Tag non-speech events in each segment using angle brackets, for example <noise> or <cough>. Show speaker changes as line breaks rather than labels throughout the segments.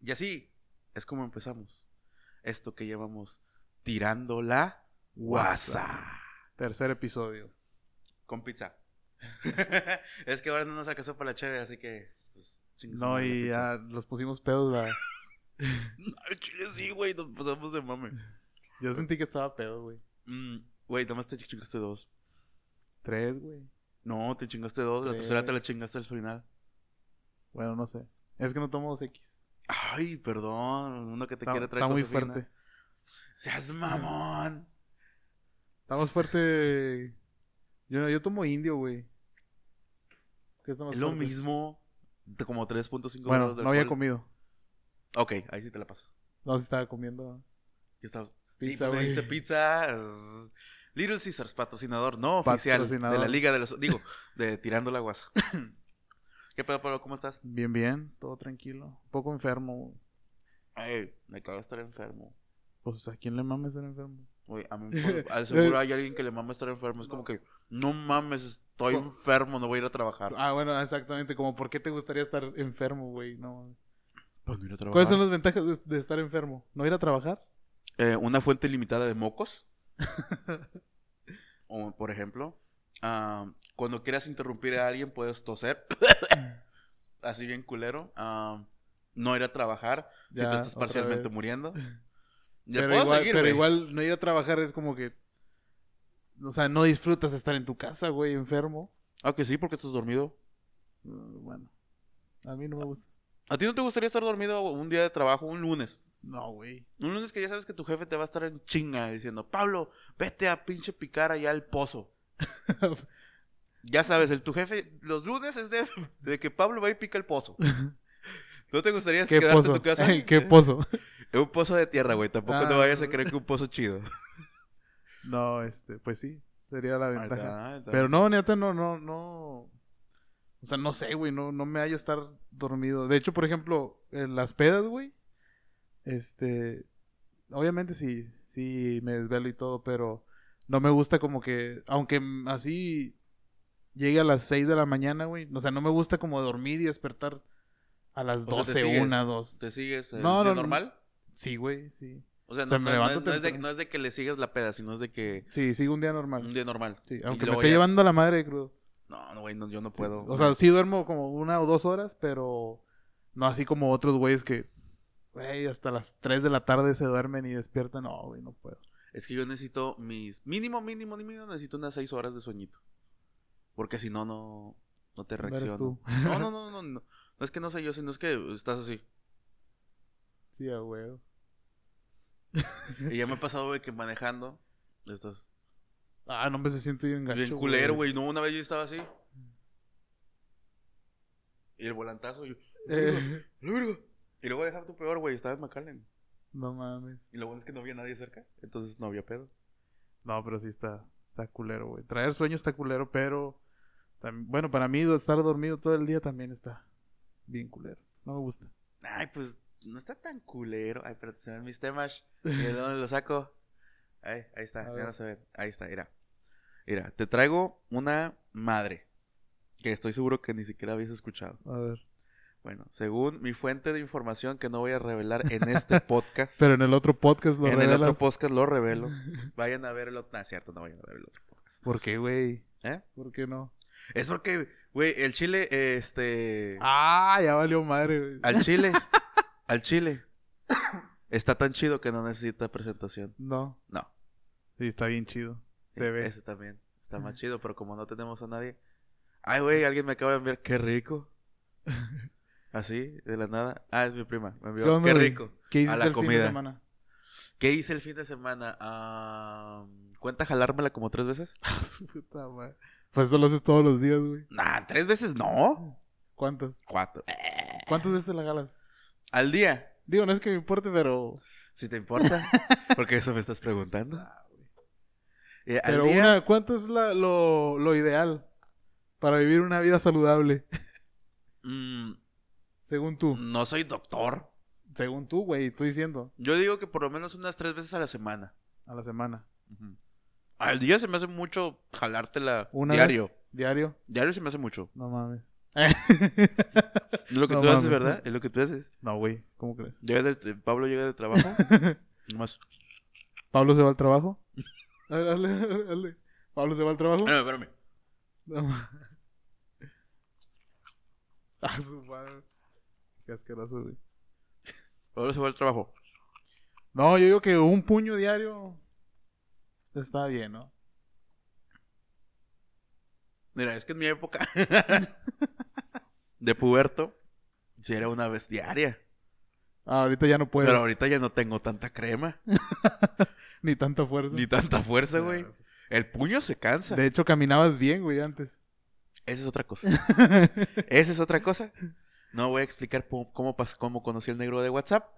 Y así es como empezamos. Esto que llevamos tirando la guasa.
Tercer episodio.
Con pizza. <laughs> es que ahora no nos alcanzó para la cheve, así que. pues, chingue su
No,
madre la
y
pizza.
ya los pusimos pedos. la-
Al chile sí, güey, nos pasamos de mame.
Yo sentí que estaba pedo, güey.
Mm, Güey, nomás te chingaste dos.
Tres, güey.
No, te chingaste dos, la
Tres.
tercera te la chingaste al final.
Bueno, no sé. Es que no tomo dos X.
Ay, perdón, uno que te
Está,
quiere traer
está muy
Josefina.
fuerte.
Seas mamón.
Está más fuerte. Yo no, yo tomo indio, güey. ¿Qué está más
Es lo
fuerte?
mismo, de como 3.5
Bueno,
grados de
no había
alcohol.
comido.
Ok, ahí sí te la paso.
No, se estaba comiendo.
¿Qué estabas? sí,
Pizza,
pero me
güey.
diste pizza. es- Little Caesars, patrocinador no oficial de la
Patrocinador.
Liga de los... Digo, de Tirando la Guasa. <coughs> ¿Qué pedo, Pablo? ¿Cómo estás?
Bien, bien. Todo tranquilo. Un poco enfermo, güey.
Ay, me cago de estar enfermo.
Pues, ¿a quién le mames estar enfermo?
Güey, a mí
<laughs>
por- al
Eh,
seguro hay alguien que le mama estar enfermo. Es como que, no mames, estoy
Cu-
enfermo, no voy a ir a trabajar.
Ah, bueno, exactamente. Como, ¿por qué te gustaría estar enfermo, güey? No. mames.
Pues no ir a trabajar.
¿Cuáles son las ventajas de, de estar enfermo? ¿No ir a trabajar?
Eh, una fuente limitada de mocos. <laughs> o, por ejemplo, ah, cuando quieras interrumpir a alguien, puedes toser. <coughs> Así bien culero. Ah, no ir a trabajar. si
Ya,
te estás
otra
parcialmente
vez. <laughs>
muriendo. Ya
Pero,
puedo
igual,
seguir,
pero
güey.
igual, no ir a trabajar es como que. O sea, no disfrutas estar en tu casa, güey, enfermo.
Ah, que sí, porque estás dormido.
Mm, Bueno, a mí no me gusta.
¿A ti no te gustaría estar dormido un día de trabajo, un lunes?
No,
<laughs>
güey.
Un lunes que ya sabes que tu jefe te va a estar en chinga diciendo, Pablo, vete a pinche picar allá al pozo. Ya sabes, el tu jefe, los lunes es de, <laughs> de que Pablo va y pica el pozo. ¿No te gustaría
¿Qué
quedarte
pozo?
en tu casa?
<laughs> ¿Qué pozo?
Es un pozo de tierra, güey. Tampoco
Ah.
te vayas a creer que un pozo
<laughs>
chido.
No, este, pues sí, sería la ventaja.
Ajá, ajá.
Pero no, neta, no, no, no. O sea, no sé, güey, no, no me hallo estar dormido. De hecho, por ejemplo, en las pedas, güey, este, obviamente sí, sí me desvelo y todo, pero no me gusta como que, aunque m- así llegue a las 6 de la mañana, güey, o sea, no me gusta como dormir y despertar a las
O sea, te
12,
sigues.
1, 2.
¿Te sigues eh,
No,
de
no, no.
normal?
Sí, güey, sí.
O sea,
O
no,
sea, me
no- no
levanto
es- no es de,
temprano.
no es de que le sigas la peda, sino es de que
Sí, sigo un día normal.
un día normal.
Sí,
Y
aunque me
luego
esté
ya-
llevando la madre de crudo.
No, no, güey, no, yo no
Sí,
puedo.
O sea, sí duermo como una o dos horas, pero no así como otros güeyes que, güey, hasta las 3 de la tarde se duermen y despiertan. No, güey, no puedo.
Es que yo necesito mis. Mínimo, mínimo, mínimo, necesito unas seis horas de sueñito. Porque si no, no. No te
No eres
reacciono.
tú.
No,
<laughs>
no, no, no, no. No es que no sé yo, sino es que estás así.
Sí, a huevo.
Y ya me ha pasado, güey, que manejando. Estás.
Ah, no me se siente yo engancho.
Bien culero, güey. No, una vez yo estaba así. Y el volantazo, yo.
Eh,
"Lurgo". Y luego dejar tu peor, güey. Estaba en McAllen.
<laughs> no mames.
Y lo bueno es que no había nadie cerca. Entonces no había pedo.
No, pero sí está, está culero, güey. Traer sueño está culero, pero... tam- Bueno, para mí estar dormido todo el día también está bien culero. No me gusta.
Ay, pues no está tan culero. Ay, pero se ven mis
<laughs>
temas. ¿Y de dónde lo saco? Ay, ahí
A
está, ya
ver.
no se ven. Ahí está, mira. Mira, te traigo una madre que estoy seguro que ni siquiera habías escuchado.
A ver.
Bueno, según mi fuente de información que no voy a revelar
<laughs>
en este podcast,
Pero en el otro podcast lo
en el otro
revelas.
podcast lo revelo. Vayan a ver el otro. No, es cierto, no vayan a ver el otro podcast.
<laughs> ¿Por qué, güey?
¿Eh?
¿Por qué no?
Es porque, güey, el chile, este.
Ah, ya valió madre, güey.
Al
<laughs>
chile. al chile. Está tan chido que no necesita presentación.
No.
No.
Sí, está bien chido.
Sí,
Se ve.
Ese también. Está más chido, pero como no tenemos a nadie. Ay, güey, alguien me acaba de enviar. Qué
<laughs>
rico. Así, de la nada. Ah, es mi prima. Me
¿Qué
envió.
onda,
Qué
güey?
rico.
¿Qué hiciste
la
el fin
comida.
de semana? <laughs>
¿Qué hice el fin de semana? Ah, ¿Cuenta jalármela como tres veces?
Ah, su puta madre. Pues eso lo haces todos los días, güey.
Nah, tres veces no.
¿Cuántas?
Cuatro. Eh,
¿Cuántas veces te la galas?
Al día.
Digo, no es que me importe, pero.
Si te
<laughs>
importa. Porque eso me estás preguntando. Eh, al
Ah, Pero
día,
una, ¿cuánto es la- lo, lo ideal para vivir una vida saludable? <laughs>
mm,
Según tú.
no soy doctor.
Según tú, güey, estoy diciendo.
Yo digo que por lo menos unas tres veces a la semana.
A la semana.
Al día se me hace mucho jalártela
Una
diario.
vez, Diario.
Diario se me hace mucho.
No mames.
Es lo que
No
tú haces,
mames.
¿verdad? Es lo que tú haces.
<laughs> no, güey, ¿cómo crees?
Llega del- Pablo llega del
<laughs>
trabajo. Nomás.
¿Pablo se va al trabajo? <laughs> Hazle, hazle, hazle. ¿Pablo se va al trabajo? <laughs>
Espérame, espérame.
No. <laughs> A su madre. Qué asqueroso, güey.
Pablo se va al trabajo.
No, yo digo que un puño diario está bien, ¿no?
Mira, es que en mi época <laughs> de puberto, sí era una bestiaria.
Ah, ahorita ya no puedes.
Pero ahorita ya no tengo tanta crema,
Ni tanta fuerza.
ni tanta fuerza, güey.
Ah, pues.
El puño se cansa.
De hecho, caminabas bien, güey, antes. <laughs>
Esa es otra cosa. Esa es otra cosa. No voy a explicar po- cómo, pas- cómo conocí al negro de WhatsApp.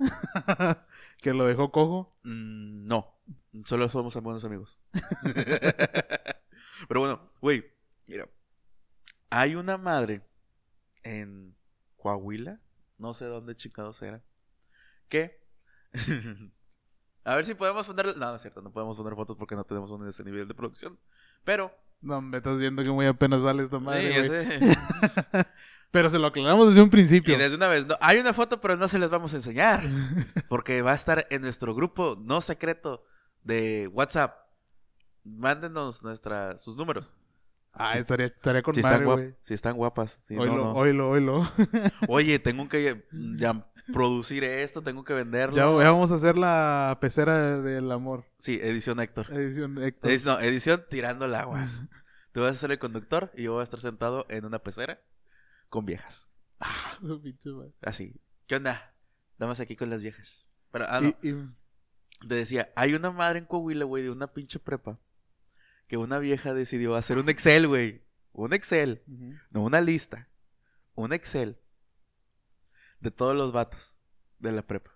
que lo dejó cojo.
Mm, no, solo somos buenos amigos. <laughs> Pero bueno, güey, mira. Hay una madre en Coahuila, no sé dónde chingados era, que... <laughs> A ver si podemos poner... No, no es cierto, no podemos poner fotos porque no tenemos un ese nivel de producción. Pero...
No, me estás viendo que muy apenas sale esta
Sí,
madre,
ya
güey. <laughs>
sé.
Pero se lo aclaramos desde un principio.
Y desde una vez, no, hay una foto, pero no se las vamos a enseñar. Porque va a estar en nuestro grupo no secreto de WhatsApp. Mándenos nuestra, sus números.
<laughs> ah,
Si-
estaría, estaría con
Si están,
madre,
guap-
güey.
si están guapas. si no,
Oílo,
no.
oílo, oílo.
Oye, tengo que
<laughs>
ya producir esto, tengo que venderlo.
Ya, ya vamos a hacer la pecera del amor.
Sí, edición Héctor.
Edición Héctor.
Edi- no, edición tirando el aguas. Tú vas a ser el conductor y yo voy a estar sentado en una pecera con viejas.
<laughs> Su pinche madre.
Así. ¿Qué onda? Estamos aquí con las viejas. Pero, ah, no.
Y- y-
te decía, hay una madre en Coahuila, güey, de una pinche prepa, que una vieja decidió hacer un Excel, güey. Un Excel,
Ujú.
no una lista. Un Excel de todos los vatos de la prepa.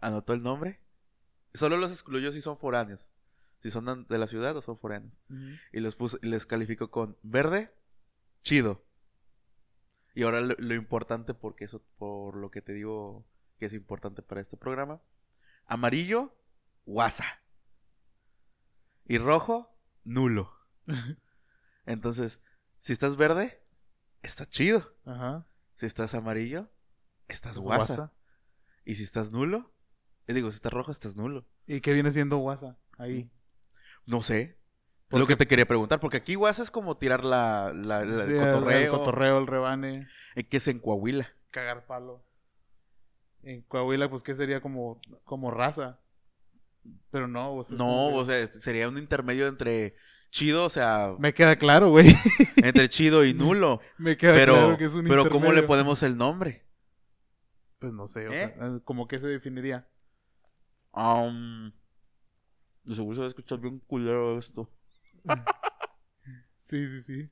Anotó el nombre. Solo los excluyó si son foráneos. Si son an- de la ciudad o son foráneos. Y los puso, y les calificó con verde, chido. Y ahora lo, lo importante, porque eso, por lo que te digo que es importante para este programa. Amarillo, guasa. Y rojo, nulo. Entonces, si estás verde, está chido.
Ajá.
Si estás amarillo, estás
Es
guasa. Y si estás nulo, eh, digo, si estás rojo, estás nulo.
¿Y qué viene siendo guasa? Ahí.
No sé.
¿Por
Lo que
qué?
te quería preguntar, porque aquí guasa es como tirar la, la- la-
Sí,
el
el-
cotorreo.
El cotorreo, el rebane.
Eh, que es en Coahuila.
Cagar palo. En Coahuila, pues, ¿qué sería como, como raza? Pero no, vos.
No, o sea, este sería un intermedio entre chido, o sea,
Me queda claro, güey. <laughs>
entre chido y nulo.
Me queda
pero,
<laughs> claro que es un
pero ¿cómo le
intermedio.
ponemos el nombre?
Pues no sé, o
¿Eh?
sea, ¿cómo que se definiría?
Um, de seguro se va a escuchar bien culero esto.
Sí, sí, sí.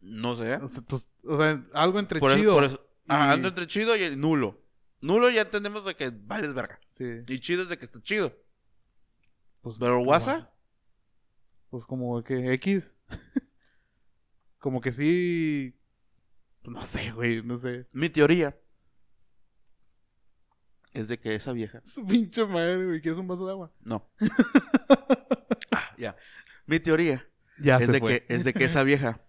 No sé.
O sea, pues, o sea, algo entre
Por eso,
chido.
por eso- ajá,
y-
ando entre chido y el nulo. Nulo ya tenemos de que vales verga.
Sí.
Y chido es de que está chido.
Pues,
Pero
como-
guasa,
Pues como que X. <laughs> como que sí. pues No sé, güey, no sé. <laughs>
mi teoría es de que esa vieja.
Su pinche madre, güey, que es un vaso de agua. <laughs>
No. Ah, ya. Mi teoría
Ya
es de, que, es de que esa vieja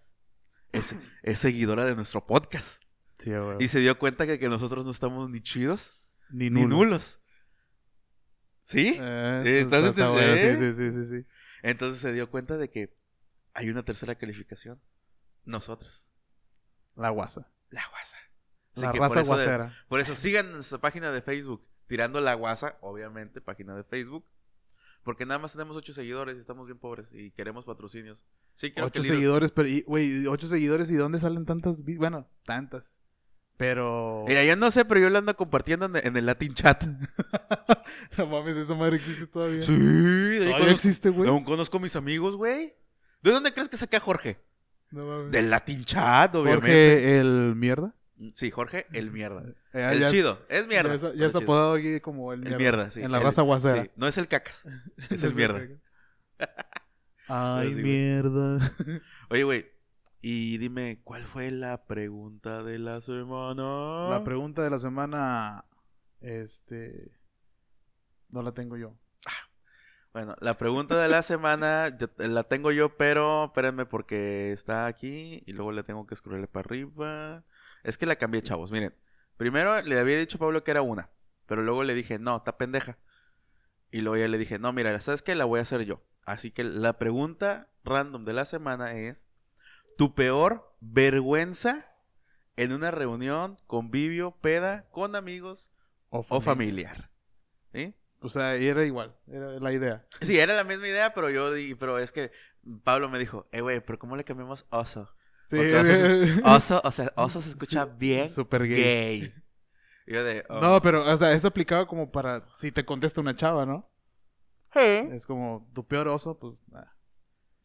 es, es seguidora de nuestro podcast.
Sí, güey.
Y se dio cuenta que, que nosotros no estamos ni chidos
Ni
ni nulos. ¿Sí?
Eh,
Eh, ¿estás
está- está bueno,
entendiendo?
Sí, sí, sí, sí, sí.
Entonces se dio cuenta de que hay una tercera calificación. Nosotros.
La guasa.
La guasa. Así
La
que por
raza
eso de-
guasera.
Por eso sigan nuestra página de Facebook, Tirando la Guasa, obviamente, página de Facebook. Porque nada más tenemos ocho seguidores y estamos bien pobres y queremos patrocinios. Sí, creo que
Ocho
Little-
seguidores, pero, y- güey, ocho seguidores, ¿y dónde salen tantas? vi- Bueno, tantas. Pero.
Mira, yo no sé, pero yo lo ando compartiendo en, en el Latin Chat.
<laughs> No mames, esa madre existe todavía.
Sí, de ahí
todavía
conozco,
existe, güey.
aún conozco a mis amigos, güey. ¿De dónde crees que saqué a Jorge?
No mames.
Del Latin Chat, obviamente.
Jorge, el mierda.
Sí, Jorge, el mierda.
Eh,
El
ya-
chido, es
Ya,
mierda.
es- ya
pero
es
chido.
apodado aquí como el mierda.
El mierda, sí.
En la
El-
raza guasera.
sí, No es el cacas, es el mierda.
<laughs>
Pero
Ay,
sí, güey.
mierda.
Oye, güey, y dime, ¿cuál fue la pregunta de la semana?
<laughs> La pregunta de la semana. Este. No la tengo yo.
Bueno, la pregunta de la semana yo- eh, la tengo yo, pero espérenme porque está aquí y luego le tengo que escrolear para arriba. Es que la cambié, chavos. Miren, primero le había dicho a Pablo que era una, pero luego le dije, no, está pendeja. Y luego ya le dije, no, mira, ¿sabes qué? La voy a hacer yo. Así que la pregunta random de la semana es, ¿tu peor vergüenza en una reunión, convivio, peda, con amigos
O
o familiar? ¿Sí?
O sea, y era igual, era la idea.
Sí, era la misma idea, pero yo di, pero es que Pablo me dijo, eh, güey, pero ¿cómo le cambiamos oso?
Sí,
Porque vas a
<laughs>
hacer- Oso, o sea, oso se escucha bien
super
gay.
gay.
Y yo de, oh,
No, pero, o sea, eso aplicaba como para si te contesta una chava, ¿no?
hey.
Es como tu peor oso, pues. ah,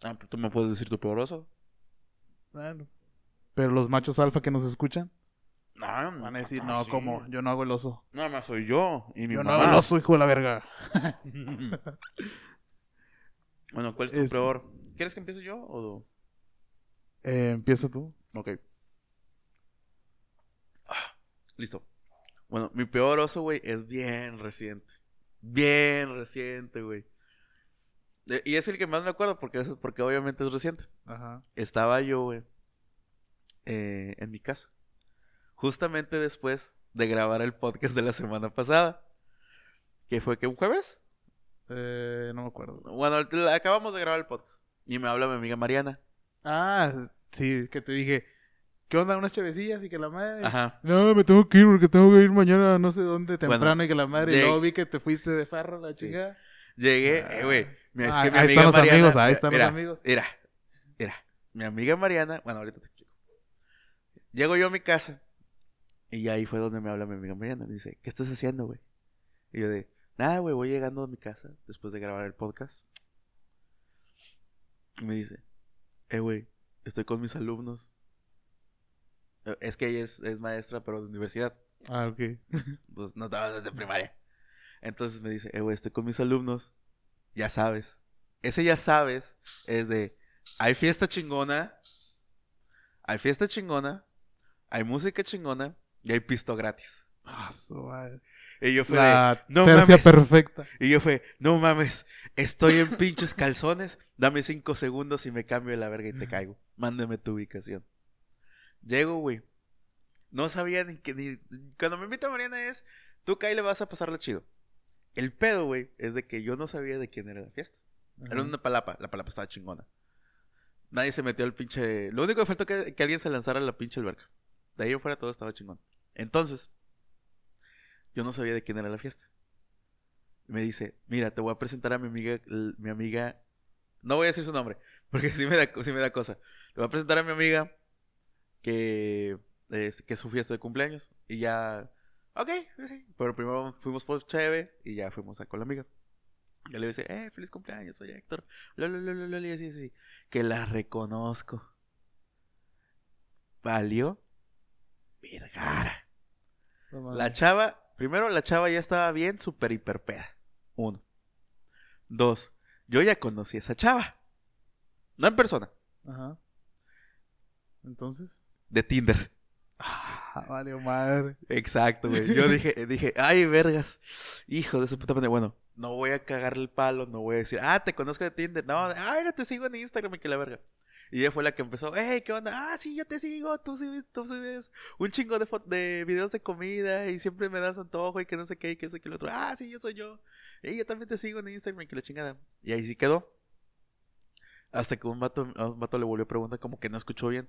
Ah, pero tú me puedes decir tu peor oso.
bueno. Pero los machos alfa que nos escuchan
No,
van a decir,
ah,
no,
sí.
como yo no hago el oso.
Nada más soy yo y mi
Yo no
mamá.
hago el oso, hijo de la verga.
<laughs> bueno, ¿cuál es tu
Este-
peor? ¿Quieres que empiece yo o...?
Eh, empieza tú.
Ok. Ah, listo. Bueno, mi peor oso, güey, es bien reciente. Bien reciente, güey. De- Y es el que más me acuerdo porque eso es porque obviamente es reciente.
Ajá.
Estaba yo, güey, eh, en mi casa. Justamente después de grabar el podcast de la semana pasada. Que fue que un jueves.
Eh, no me acuerdo.
Bueno, el- acabamos de grabar el podcast. Y me habla mi amiga Mariana.
Ah, sí, que te dije, ¿qué onda? Unas chevecillas y que la madre.
Ajá.
No, me tengo que ir porque tengo que ir mañana a no sé dónde
Bueno,
temprano y que la madre.
lleg-
Y luego vi que te fuiste de farra la
Sí.
chingada.
Llegué,
Ah.
eh, güey. mira, es
Ah,
que mi
ahí
amiga
están los
Mariana-
amigos, ahí están los
mira,
amigos.
Mira, mira. Mi amiga Mariana, bueno, ahorita te explico. Llego yo a mi casa y ahí fue donde me habla mi amiga Mariana. Dice, ¿qué estás haciendo, güey? Y yo de, nada, güey, voy llegando a mi casa después de grabar el podcast. Y me dice, eh, güey, estoy con mis alumnos. Eh, Es que ella es, es maestra, pero de universidad.
Ah, ok.
Pues no estaba desde primaria. Entonces me dice, eh, güey, estoy con mis alumnos. Ya sabes. Ese ya sabes es de, hay fiesta chingona, hay fiesta chingona, hay música chingona y hay pisto gratis.
Ah, su madre.
Y yo fue de,
La
"No
tercia
mames".
perfecta.
y yo fue, no mames, estoy en pinches calzones, dame cinco segundos y me cambio de la verga y te caigo. Mándame tu ubicación. Llego, güey. No sabía ni que ni... Cuando me invita Mariana es, tú cae le vas a pasarla chido. El pedo, güey, es de que yo no sabía de quién era la fiesta. Era una palapa, la palapa estaba chingona. Nadie se metió al pinche... Lo único que faltó que, que alguien se lanzara a la pinche alberca. De ahí en fuera todo estaba chingón. Entonces, yo no sabía de quién era la fiesta. Me dice, mira, te voy a presentar a mi amiga, l- mi amiga... No voy a decir su nombre, porque <laughs> sí me da, sí me da cosa. Te voy a presentar a mi amiga que es, que es su fiesta de cumpleaños. Y ya, ok, sí. Pero primero fuimos por Cheve y ya fuimos a con la amiga. Yo le dije, eh, feliz cumpleaños, soy Héctor. Lo, lo, lo, lo, lo, y así, así. Que la reconozco. Valió. Vergara.
No mames.
La chava, primero, la chava ya estaba bien, súper hiper peda. Uno. Dos, yo ya conocí a esa chava. No en persona,
Ajá. Entonces.
de Tinder.
Ah, vale, madre.
Exacto, güey. Yo dije, dije, ay, vergas. Hijo de su puta madre. Bueno, no voy a cagarle el palo, no voy a decir, ah, te conozco de Tinder. No, ay, no te sigo en Instagram y que la verga. Y ella fue la que empezó, hey, ¿qué onda? Ah, sí, yo te sigo, tú subes, tú subes un chingo de, fo- de videos de comida y siempre me das antojo y que no sé qué y que sé que el otro. Ah, sí, yo soy yo. Y yo también te sigo en Instagram y que la chingada. Y ahí sí quedó. Hasta que un vato, a un vato le volvió a preguntar como que no escuchó bien.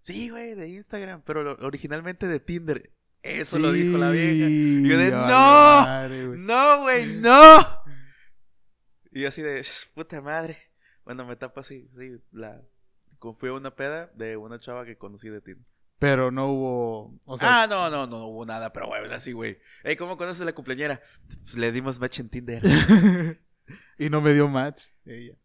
Sí, güey, de Instagram, pero lo- originalmente de Tinder. Eso lo dijo la vieja. Yo de,
vale,
"No".
madre, güey.
No, güey, no. Y yo así de, puta madre. Bueno, me tapa así, sí, la... Fui a una peda de una chava que conocí de Tinder.
Pero no hubo. O sea,
ah, no, no, no, no hubo nada, pero güey, así, güey. Ey, ¿cómo conoces a la cumpleañera? Pues, le dimos match en
<laughs>
Tinder.
<laughs> y no me dio match ella.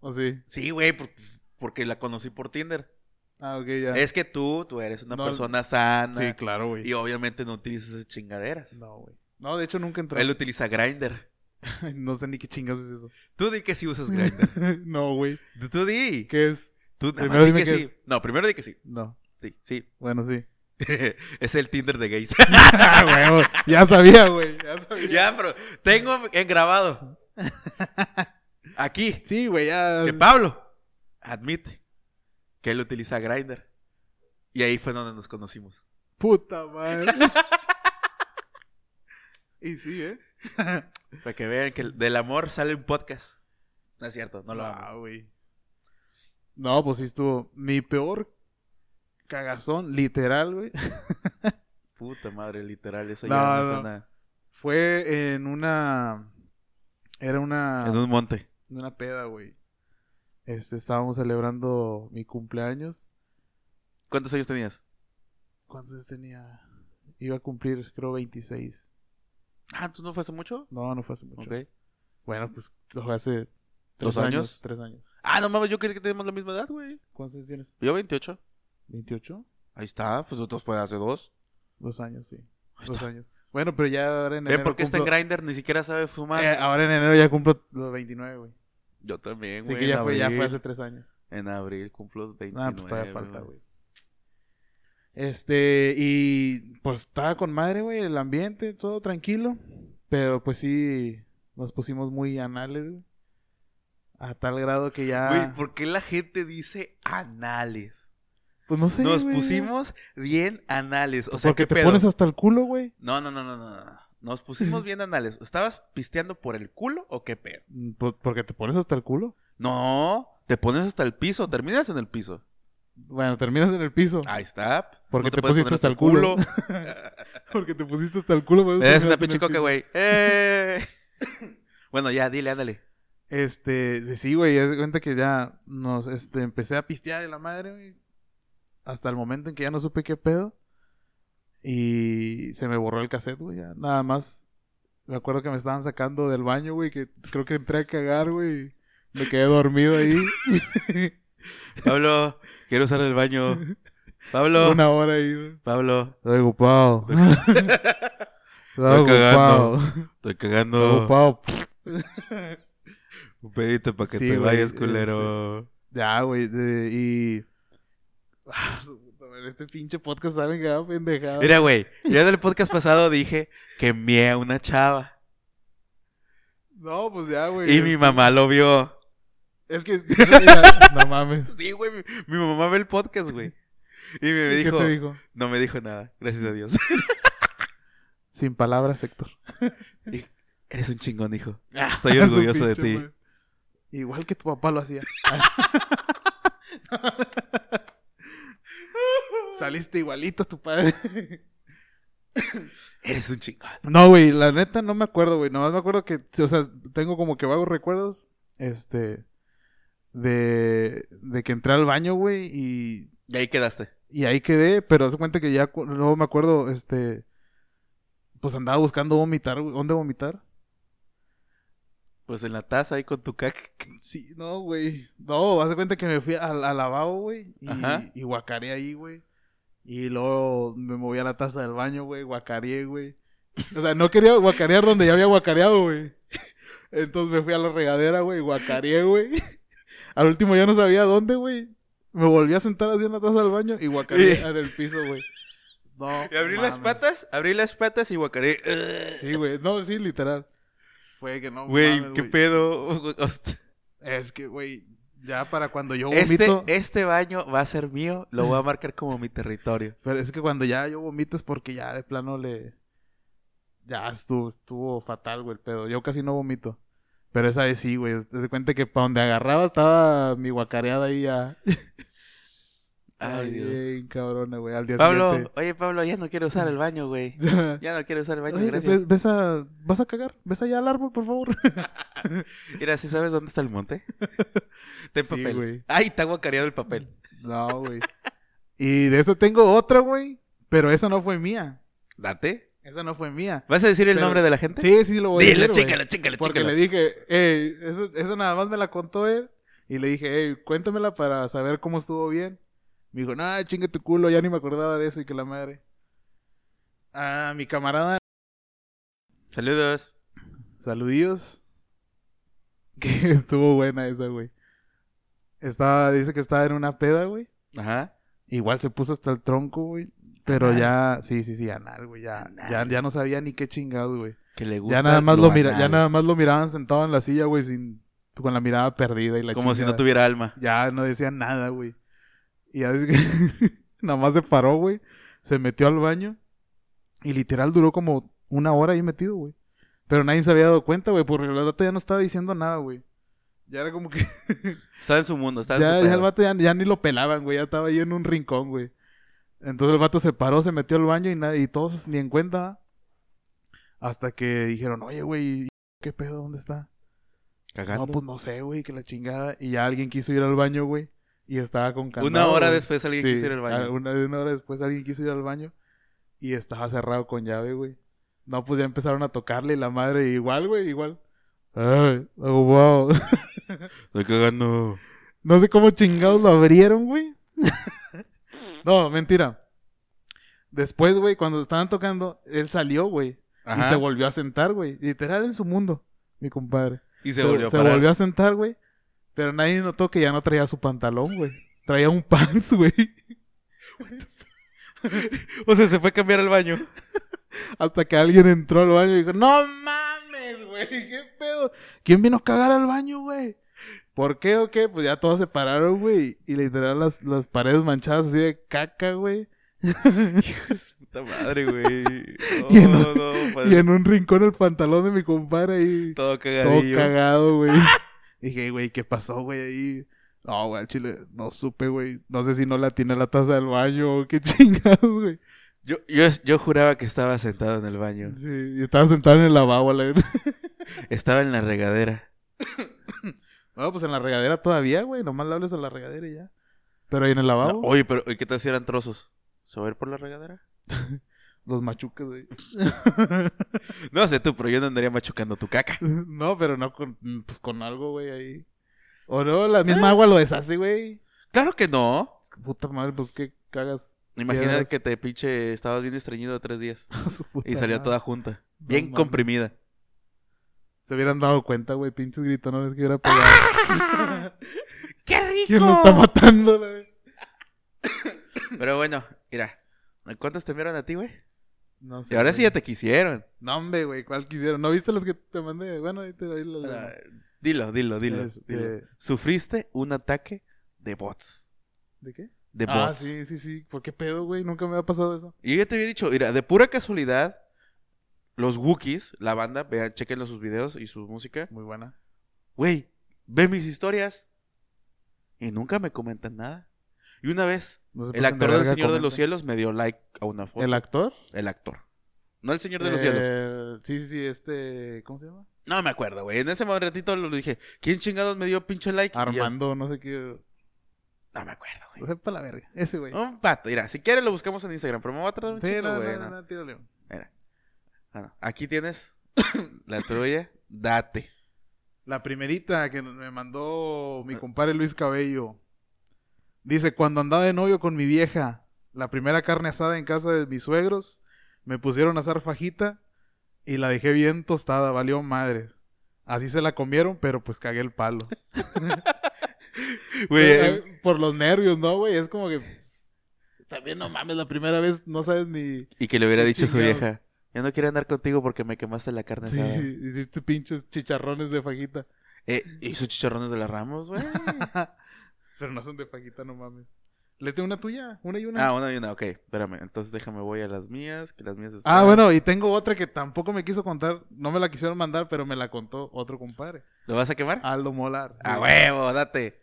¿O sí?
sí, güey, por- porque la conocí por Tinder.
Ah, ok, ya.
Es que tú, tú eres una
No,
persona sana.
Sí, claro, güey.
Y obviamente no utilizas esas chingaderas.
No, güey. No, de hecho nunca entré.
Él utiliza Grinder.
<laughs> no sé ni qué chingas es eso.
Tú di que sí
<laughs>
usas Grinder.
no, güey.
Tú di.
¿Qué es?
Tú nada
Primero
más di
dime
que
qué
sí.
es.
No, primero di que sí.
No.
Sí, sí. <laughs>
Bueno, sí. <laughs>
es el Tinder de gays. <laughs>
Ah, güey, güey. ya sabía, güey. Ya sabía.
ya, pero tengo en grabado. Aquí.
Sí, güey, ya.
Que Pablo admite que él utiliza Grindr. Y ahí fue donde nos conocimos.
Puta madre. <laughs> y sí, ¿eh?
Para que vean que del amor sale un podcast. No es cierto, no lo hago.
Ah, güey. No, pues sí estuvo. Mi peor cagazón, literal, güey.
Puta madre, literal, eso
No,
ya me
no.
suena.
Fue en una. Era una.
En un monte.
en una peda, güey. Este, estábamos celebrando mi cumpleaños.
¿Cuántos años tenías?
¿Cuántos años tenía? Iba a cumplir, creo, 26.
Ah, ¿tú no fuiste mucho?
No, no fue hace mucho.
Ok.
Bueno, pues lo fue hace.
¿Dos
tres
años?
Tres años.
Ah, no mames, yo creí que teníamos la misma edad, güey.
¿Cuántos años tienes?
Yo 28.
¿28?
Ahí está, pues nosotros fue hace dos.
Dos años, sí.
Ahí
Dos
está.
años. Bueno, pero ya ahora en
Ve
enero.
por qué está en
cumplo-
Grindr, ni siquiera sabe fumar.
Eh, ahora en enero ya cumplo los 29, güey.
yo también,
Así
güey.
que
en
ya fue, ya fue
abril.
hace tres años.
En abril cumplo 29.
Ah, pues todavía falta, güey. Este, y pues estaba con madre, güey, el ambiente, todo tranquilo. Pero pues sí, nos pusimos muy anales, güey. A tal grado que ya.
Güey, ¿por qué la gente dice anales?
pues no sé.
Nos
güey.
pusimos bien anales. O sea,
Porque
¿qué
te
pedo?
pones hasta el culo, güey.
No, no, no, no, no. no. Nos pusimos bien anales. ¿Estabas pisteando por el culo o qué pedo?
Mm, po- Porque te pones hasta el culo.
No, te pones hasta el piso, terminas en el piso.
Bueno, terminas en el piso.
Ahí está.
Porque te
puedes
pusiste
poner
hasta el culo.
culo.
<laughs>
<laughs>
Porque te pusiste hasta el culo, güey.
Eres una pinche coca, güey. Eh. bueno, ya, dile, ándale.
Este, sí, güey, haz de cuenta que ya nos, este, empecé a pistear de la madre, güey. Hasta el momento en que ya no supe qué pedo. Y se me borró el cassette, güey, ya. Nada más. Me acuerdo que me estaban sacando del baño, güey, que creo que entré a cagar, güey. Me quedé dormido ahí.
Pablo, quiero usar el baño. Pablo,
Una hora ahí, güey.
Pablo,
Estoy ocupado. Estoy
Estoy cagando.
ocupado.
estoy
Estoy
cagando.
ocupado.
Un pedito para que
Sí,
te
güey,
vayas, culero.
Ya, güey, de- y... <sighs> Ah, su puta madre, Este pinche podcast saben que va pendejada.
Mira, güey, yo en el podcast pasado dije que mié a una chava.
No, pues ya, güey.
Y mi mamá lo vio.
Es
<laughs>
que... mira, no mames.
Sí, güey, mi, mi mamá ve el podcast, güey. Y me
¿Qué
dijo,
te dijo?
no me dijo nada, gracias a Dios. <laughs>
Sin palabras, <laughs> Héctor.
Eres un chingón, hijo. <laughs> Estoy orgulloso de
Su
ti.
pinche madre. Igual que tu papá
<laughs>
lo hacía. <laughs> Saliste igualito a tu padre. <laughs>
Eres un chingón.
No, güey, la neta no me acuerdo, güey. Nomás me acuerdo que, o sea, tengo como que vagos recuerdos, este, de, de que entré al baño, güey, y,
Y ahí quedaste.
y ahí quedé, pero hace cuenta que ya, cu- luego me acuerdo, este, pues andaba buscando vomitar, güey. ¿Dónde vomitar?
Pues en la taza ahí con tu cac.
Sí, no, güey. No, hace cuenta que me fui al, al lavabo, güey, y,
Ajá.
y guacaré ahí, güey. Y luego me moví a la taza del baño, güey, guacareé, güey. O sea, no quería guacarear donde ya había guacareado, güey. Entonces me fui a la regadera, güey, guacareé, güey. Al último ya no sabía dónde, güey. Me volví a sentar así en la taza del baño y guacareé
Y-
en el piso, güey. No.
Y abrí las
mames.
patas, abrí las patas y guacaré.
Sí, güey. No, sí, literal. Fue que no.
Güey,
mames,
qué pedo. <laughs>
Es que, güey, ya para cuando yo
Este,
vomito.
este baño va a ser mío, lo voy a marcar como mi territorio.
Pero es que cuando ya yo vomito es porque ya de plano le. Ya estuvo, estuvo fatal, güey, el pedo. Yo casi no vomito. Pero esa vez sí, güey. Te das cuenta que para donde agarraba estaba mi guacareada ahí ya.
Ay, Dios.
bien cabrona, güey. Al día
Pablo,
siguiente.
oye, Pablo, ya no quiero usar el baño, güey. <laughs> Ya no quiero usar el baño,
Oye, pues,
gracias.
ves, ves a, ¿Vas a cagar? ¿Ves allá al árbol, por favor? <laughs>
Mira, ¿sí sabes dónde está el monte? Ten
Sí,
papel.
güey.
Ay, está guacareado el papel.
No, güey. Y de eso tengo otra, güey. Pero esa no fue mía.
Date.
Esa no fue mía.
¿Vas a decir el
Pero-
nombre de la gente?
Sí, sí, lo voy a
Dilo,
decir, güey.
chícalo, chícalo,
Porque
chícalo.
le dije, "Ey, eso, eso nada más me la contó él. Y le dije, "Ey, cuéntamela para saber cómo estuvo bien. Me dijo, no, chingue tu culo, ya ni me acordaba de eso y que la madre. Ah, mi camarada,
Saludos.
saludillos. <laughs> Que estuvo buena esa, güey. Estaba, dice que estaba en una peda, güey.
Ajá.
Igual se puso hasta el tronco, güey. Pero
Anal.
ya, sí, sí, sí, anal, güey. Ya, ya,
Anal.
ya no sabía ni qué chingado, güey.
Que le gusta.
Ya nada más
lo
lo mira, ya
anal.
nada más lo miraban sentado en la silla, güey, sin con la mirada perdida y la
Como si no
chingada.
tuviera alma.
Ya no decía nada, güey. Y a veces que <laughs> nada más se paró, güey. Se metió al baño. Y literal duró como una hora ahí metido, güey. Pero nadie se había dado cuenta, güey, porque el vato ya no estaba diciendo nada, güey. Ya era como que. <laughs>
Está en su mundo, está
Ya,
en su
ya el
pedo.
vato ya, ya ni lo pelaban, güey. Ya estaba ahí en un rincón, güey. Entonces el vato se paró, se metió al baño y nadie, y todos ni en cuenta. Hasta que dijeron, oye, güey, ¿qué pedo? ¿Dónde está?
Cagando.
No, pues no sé, güey, que la chingada. Y ya alguien quiso ir al baño, güey. Y estaba con candado.
Una hora
güey.
después alguien
Sí,
quiso ir al
a-
baño.
Una, una hora después alguien quiso ir al baño. Y estaba cerrado con llave, güey. No, pues ya empezaron a tocarle y la madre igual, güey, igual. Ay, oh, wow.
Estoy cagando.
No sé cómo chingados lo
<laughs>
abrieron, güey. no, mentira. Después, güey, cuando estaban tocando, él salió, güey. Y
Ajá.
se volvió a sentar, güey. Literal en su mundo, mi compadre.
Y se volvió a
se
parar.
volvió a sentar, güey. Pero nadie notó que ya no traía su pantalón, güey. Traía un <laughs> pants, güey.
<laughs> O sea, se fue a cambiar al
<laughs>
baño.
Hasta que alguien entró al baño y dijo, no mames, güey, qué pedo. ¿Quién vino a cagar al baño, güey? ¿Por qué o qué? Pues ya todos se pararon, güey. Y literal las, las paredes manchadas así de caca, güey. <laughs>
Puta madre, güey.
Y en-
No, no, pues,
Y en un rincón el pantalón de mi compadre ahí.
Todo
Todo
cagadillo.
cagado, güey. Dije, güey, ¿qué pasó, güey? Ahí. No, güey, al chile, no supe, güey. No sé si no la tiene la taza del baño o qué <laughs> chingados, güey.
Yo, yo, yo juraba que estaba sentado en el baño.
Sí, y estaba sentado en el lavabo, la verdad.
Estaba en la regadera.
No, pues en la regadera todavía, güey. Nomás le hables a la regadera y ya. Pero ahí en el
No,
lavabo,
oye, pero ¿y ¿qué tal si eran trozos? ¿Se va a ir por la regadera?
los machucas, güey. <laughs>
No sé tú, pero yo no andaría machucando tu caca.
no, pero no con, pues con algo, güey, ahí. O no, la
Ah.
misma agua lo deshace, güey.
Claro que no.
Puta madre, pues qué cagas. <laughs>
Imagina
Piedras.
que te pinche estabas bien estreñido de tres días
Su puta
y salió
madre.
toda junta,
No
bien
mames.
comprimida.
Se hubieran dado cuenta, güey, pinches gritones que hubiera pegado.
<laughs> ¡Ah! <laughs> ¡Qué rico!
¿Quién lo está matando, la verdad?
Pero bueno, mira, ¿cuántos te enviaron a ti, güey?
No sé.
Y ahora
güey.
sí ya te quisieron.
No, hombre, güey, ¿cuál quisieron? ¿No viste los que te mandé? Bueno, ahí te ahí lo-
Ah, Dilo, dilo, dilo,
Este,
dilo. Sufriste un ataque de bots.
¿De qué?
De
ah,
bots.
sí, sí, sí. ¿Por qué pedo, güey? Nunca me había pasado eso.
Y yo ya te había dicho, mira, de pura casualidad, los Wookiees, la banda, vean, chequenlo sus videos y su música.
Muy buena.
Güey, ve mis historias. Y nunca me comentan nada. Y una vez,
No se
el
pasen
actor del
verga,
Señor de los
comenten.
Cielos me dio like a una foto.
¿El
El,
actor?
actor. No el Señor de los Cielos.
Eh, Sí, sí, sí, este. ¿Cómo se llama?
No me acuerdo, güey. En ese ratito lo dije, ¿quién chingados me dio pinche like? Y ya-
Armando, no sé qué.
No me acuerdo, güey.
Sepa la verga. Ese, güey.
Un pato, mira, si quieres lo buscamos en Instagram, pero me voy a traer un
sí,
chingo,
no,
güey.
no, no,
no.
no, tírale.
Ah, no. Aquí tienes <coughs> la tuya, date.
La primerita que me mandó mi compadre Luis Cabello. Dice, cuando andaba de novio con mi vieja, la primera carne asada en casa de mis suegros, me pusieron a asar fajita y la dejé bien tostada, valió madre. Así se la comieron, pero pues cagué el palo.
<laughs> Güey,
Eh, Por los nervios, ¿no, güey? Es como que... pues, También no mames, la primera vez no sabes ni...
y que le hubiera
qué
dicho a su
chingados.
vieja, yo no quiero andar contigo porque me quemaste la carne
Sí,
asada.
hiciste pinches chicharrones de fajita.
Eh, hizo chicharrones de la Ramos, güey.
<laughs> Pero no son de fajita, no mames. Le tengo una tuya, una y una.
ah, una y una, ok, espérame. Entonces déjame voy a las mías, que las mías están...
Ah, bueno, y tengo otra que tampoco me quiso contar. No me la quisieron mandar, pero me la contó otro compadre.
¿Lo vas a quemar?
Aldo Molar.
A huevo, date.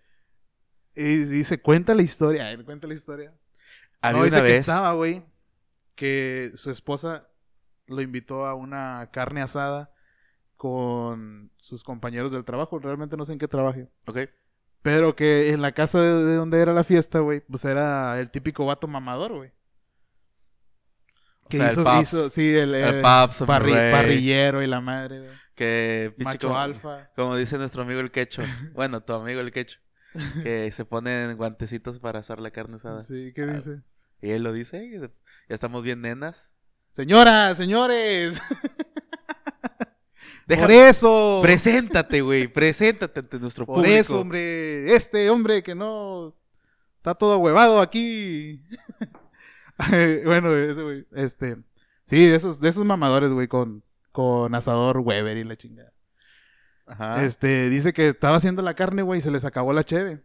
Y dice, cuenta la historia. A ver, cuenta la historia.
Había
no, dice
Ah, una
que
vez...
estaba, güey, que su esposa lo invitó a una carne asada con sus compañeros del trabajo. Realmente no sé en qué trabaje.
Ok,
Pero que en la casa de, de donde era la fiesta, güey, pues era el típico vato mamador, güey. Que
sea, el
hizo,
Paps.
hizo- sí, el,
El
eh,
Paps,
parri-
Monterrey.
parrillero y la madre, güey.
que pinche
Macho
como-
alfa.
Como dice nuestro amigo el
<laughs>
quecho. Bueno, tu amigo el quecho. Que se ponen guantecitos para asar la carne asada.
Sí, ¿qué
Ah.
dice?
Y él lo dice. y se- Ya estamos bien nenas.
Señoras, señores, <laughs>
Deja,
por eso,
preséntate, güey. Preséntate ante nuestro
por
público.
eso, hombre, este hombre que no está todo huevado aquí. <laughs> bueno, ese güey, este, sí, de esos, de esos mamadores, güey, con con asador Weber y la chingada.
Ajá.
Este, dice que estaba haciendo la carne, güey, y se les acabó la cheve.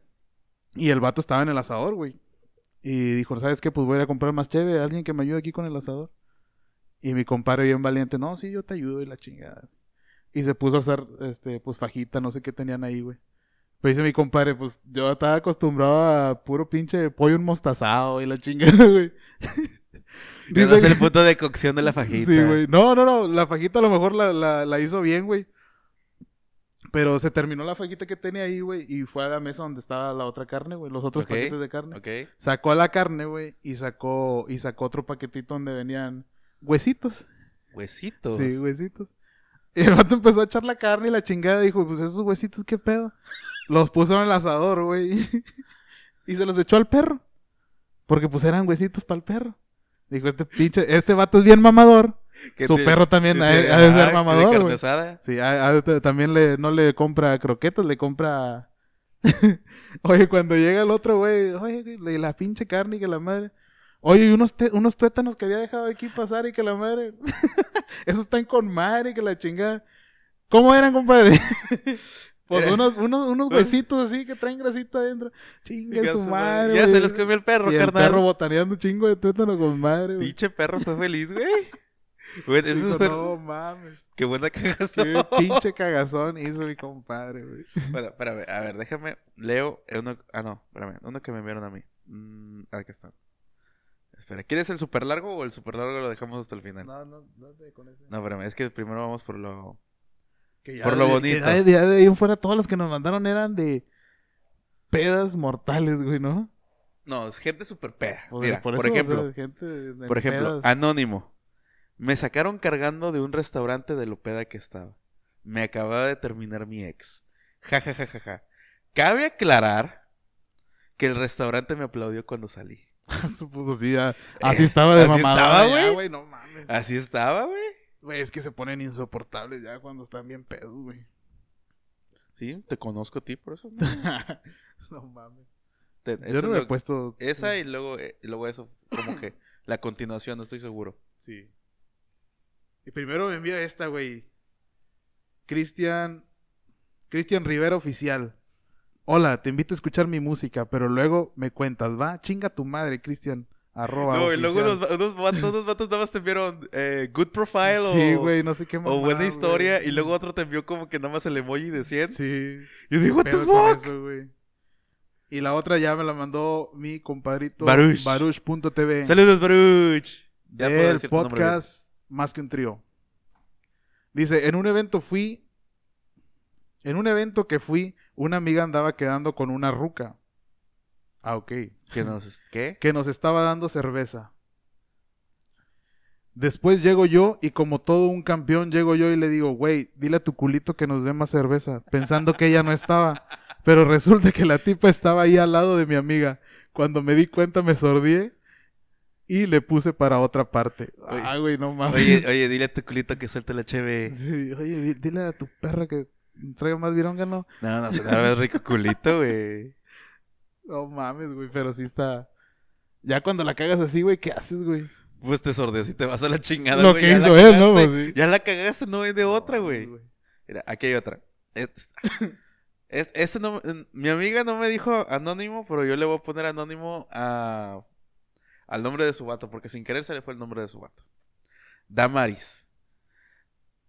Y el vato estaba en el asador, güey. Y dijo, ¿sabes qué? Pues voy a ir a comprar más cheve, alguien que me ayude aquí con el asador. Y mi compadre bien valiente, no, sí, yo te ayudo y la chingada. Y se puso a hacer, este, pues fajita, no sé qué tenían ahí, güey. Pero dice mi compadre, pues yo estaba acostumbrado a puro pinche pollo mostazado y la chingada, <laughs> güey.
Ese
Dice
es
que-
el punto de cocción de la fajita.
Sí, güey. No, no, no. La fajita a lo mejor la, la- la hizo bien, güey. Pero se terminó la fajita que tenía ahí, güey, y fue a la mesa donde estaba la otra carne, güey, los otros
Ok.
paquetes de carne.
Ok.
Sacó la carne, güey, y sacó y sacó otro paquetito donde venían huesitos.
Huesitos.
Sí, huesitos. Y el vato empezó a echar la carne y la chingada dijo, pues esos huesitos, ¿qué pedo? Los puso en el asador, güey. <laughs> y se los echó al perro. Porque pues eran huesitos para el perro. Dijo, este pinche, este vato es bien mamador.
Que
Su
te-
perro también ha,
Este,
ha de
ajá,
ser
de
mamador,
carne
güey.
asada.
Sí, ha- ha de- también le, no le compra croquetas, le compra... <laughs> oye, cuando llega el otro, güey, oye, güey, y la pinche carne y que la madre... Oye, y unos, te- unos tuétanos que había dejado aquí pasar y que la madre... <laughs> Esos están con madre y que la chingada... ¿Cómo eran, compadre? <laughs> pues
Era-
unos, unos, unos huesitos así que traen grasita adentro. Chinga
Diga
su
su
madre,
Ya
güey.
se los comió el perro,
Y el
carnal.
perro botaneando un chingo de tuétano con madre, güey.
Pinche perro fue feliz,
<laughs>
güey. Güey, eso es
Dijo,
per- <laughs>
no mames.
Qué buena cagazón.
Qué pinche cagazón hizo mi compadre, güey.
Bueno, espérame, a ver, déjame. Leo eh, uno. Ah, no, espérame. Uno que me enviaron a mí. Mm, aquí está. Espera, ¿quieres el super largo o el super largo lo dejamos hasta el final? No,
No, no, no te con ese.
espérame, es que primero vamos por lo.
Que ya
Por lo
de-
bonito.
que ya de, ya de ahí en fuera todos los que nos mandaron eran de pedas mortales, güey, ¿no?
No, es gente super peda.
O sea,
Mira, por,
eso, o sea,
ejemplo,
gente de
por ejemplo,
<laughs> pedas.
Anónimo. Me sacaron cargando de un restaurante de lo peda que estaba. Me acababa de terminar mi ex. Ja, ja, ja, ja, ja. Cabe aclarar que el restaurante me aplaudió cuando salí.
Supongo, sí, ya- así estaba
Eh,
de
así
mamada.
estaba,
ya,
güey.
güey, no mames.
Así estaba, güey.
Güey, es que se ponen insoportables ya cuando están bien pedos, güey. <laughs>
Sí, te conozco a ti por eso.
no mames.
Te-
Yo
esto
no
es
me he
lo-
puesto...
Esa y luego, eh, y luego eso, como que la continuación, no estoy
<laughs>
seguro.
Sí. Y primero me envía esta, güey. Cristian. Cristian Rivera Oficial. Hola, te invito a escuchar mi música, pero luego me cuentas, ¿va? Chinga tu madre, Cristian. Arroba.
no, y luego unos,
oficial.
va- unos vatos, unos vatos nada más te enviaron eh, good profile o,
Sí, güey, no sé qué
o
mamá,
buena
güey.
historia. Y luego otro te envió como que nada más el emoji de 100.
Sí.
Y digo, what the
pedo con
fuck?
eso, güey. Y la otra ya me la mandó mi compadrito.
Baruch.
Baruch.tv.
Saludos, Baruch. Ya puedo
del
decir tu nombre, güey.
podcast Más que un trío. Dice, en un evento fui, en un evento que fui, una amiga andaba quedando con una ruca. Ah, ok.
Que nos, ¿Qué?
Que nos estaba dando cerveza. Después llego yo y como todo un campeón llego yo y le digo, güey, dile a tu culito que nos dé más cerveza, pensando que ella no estaba. Pero resulta que la tipa estaba ahí al lado de mi amiga. Cuando me di cuenta me sordié y le puse para otra parte.
Oye.
ah, güey, no mames.
Oye, oye, dile a tu culito que suelte la cheve.
Sí, oye, di- dile a tu perra que traiga más vironga, ¿no?
No, no, se da rico culito, güey.
No mames, güey, pero sí está... Ya cuando la cagas así, güey, ¿qué haces, güey?
Pues te sordes y te vas a la chingada,
Lo
güey,
que
ya la
hizo él, ¿no?
cagaste.
Pues, sí.
Ya la cagaste, no hay de otra, güey.
No mames,
Mira, aquí hay otra. Es- <laughs> es- este no- en- mi amiga no me dijo anónimo, pero yo le voy a poner anónimo a, al nombre de su vato, porque sin querer se le fue el nombre de su vato. Damaris.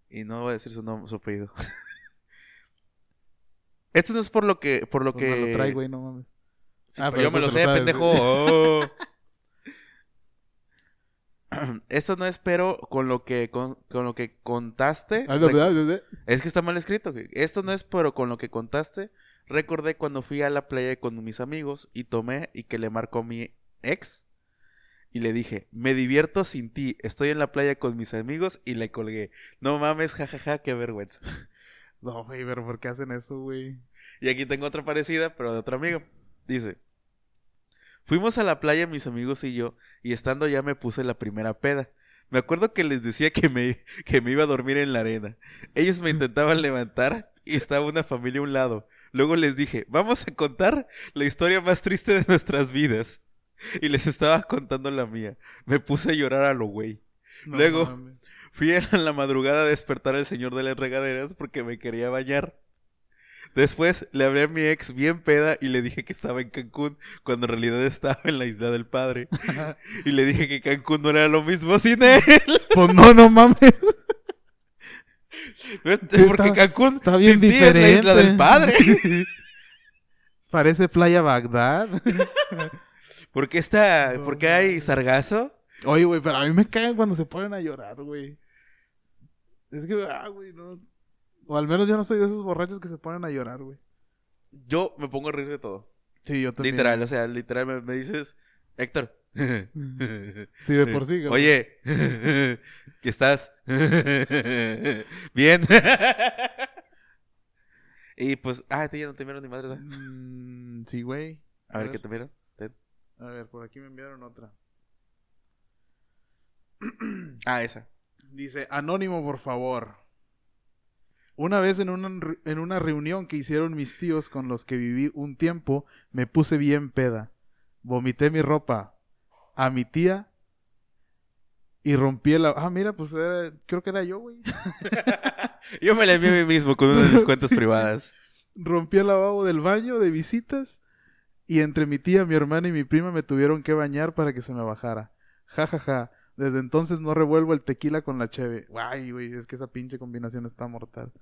Y no voy a decir su nombre, su apellido. <laughs> Esto no es por lo que, por lo
Pues
que.
me lo trae, güey, no mames.
Sí,
Ah,
pero yo
pero
me lo
tú te
sé,
lo sabes,
pendejo.
¿sí? <laughs>
Oh. <clears throat> Esto no es pero con lo que con, con lo que contaste.
Ah, no,
rec-
¿verdad? ¿verdad?
es que está mal escrito. güey. Esto no es pero con lo que contaste. Recordé cuando fui a la playa con mis amigos y tomé y que le marcó mi ex. Y le dije, me divierto sin ti. Estoy en la playa con mis amigos y le colgué. No mames, jajaja, qué vergüenza.
No, güey, pero ¿por qué hacen eso, güey?
<laughs> Y aquí tengo otra parecida, pero de otro amigo. Dice: Fuimos a la playa mis amigos y yo, y estando allá me puse la primera peda. Me acuerdo que les decía que me, que me iba a dormir en la arena. Ellos me intentaban levantar y estaba una familia a un lado. Luego les dije, vamos a contar la historia más triste de nuestras vidas. Y les estaba contando la mía. Me puse a llorar a lo güey.
No
Luego,
mames.
Fui a la madrugada a despertar al señor de las regaderas porque me quería bañar. Después le hablé a mi ex bien peda y le dije que estaba en Cancún, cuando en realidad estaba en la isla del
<laughs>
padre. Y le dije que Cancún no era lo mismo sin él.
Pues no, no mames.
No es-
Sí,
Porque
está-
Cancún
Está bien
sin ti es
diferente.
la isla del
<laughs>
padre.
Parece
<laughs>
Playa Bagdad.
Porque está,
No,
porque hay sargazo.
Oye, güey, pero a mí me cagan cuando se ponen a llorar, güey. Es que, ah, güey, no. O al menos yo no soy de esos borrachos que se ponen a llorar, güey.
Yo me pongo a reír de todo.
Sí, yo también.
Literal, o sea, literal me, me dices,
<laughs>
Héctor. <laughs>
Sí, de por sí, güey.
Oye, <laughs> ¿qué estás? Bien. <laughs> y pues, ah, a ti ya no te vieron ni madre. ¿verdad?
Mm, sí, güey.
A ver
A
qué
ver.
te vieron.
A ver, por aquí me enviaron otra.
Ah, esa.
Dice, anónimo, por favor. Una vez en una, re- en una reunión que hicieron mis tíos con los que viví un tiempo, me puse bien peda. Vomité mi ropa a mi tía y rompí la... Ah, mira, pues era- creo que era yo, güey.
<laughs> Yo me la envié a mí mismo con una de mis
<laughs>
cuentas privadas.
rompí el lavabo del baño de visitas y entre mi tía, mi hermana y mi prima me tuvieron que bañar para que se me bajara. Ja, ja, ja. Desde entonces no revuelvo el tequila con la cheve. Guay, güey, es que esa pinche combinación está mortal.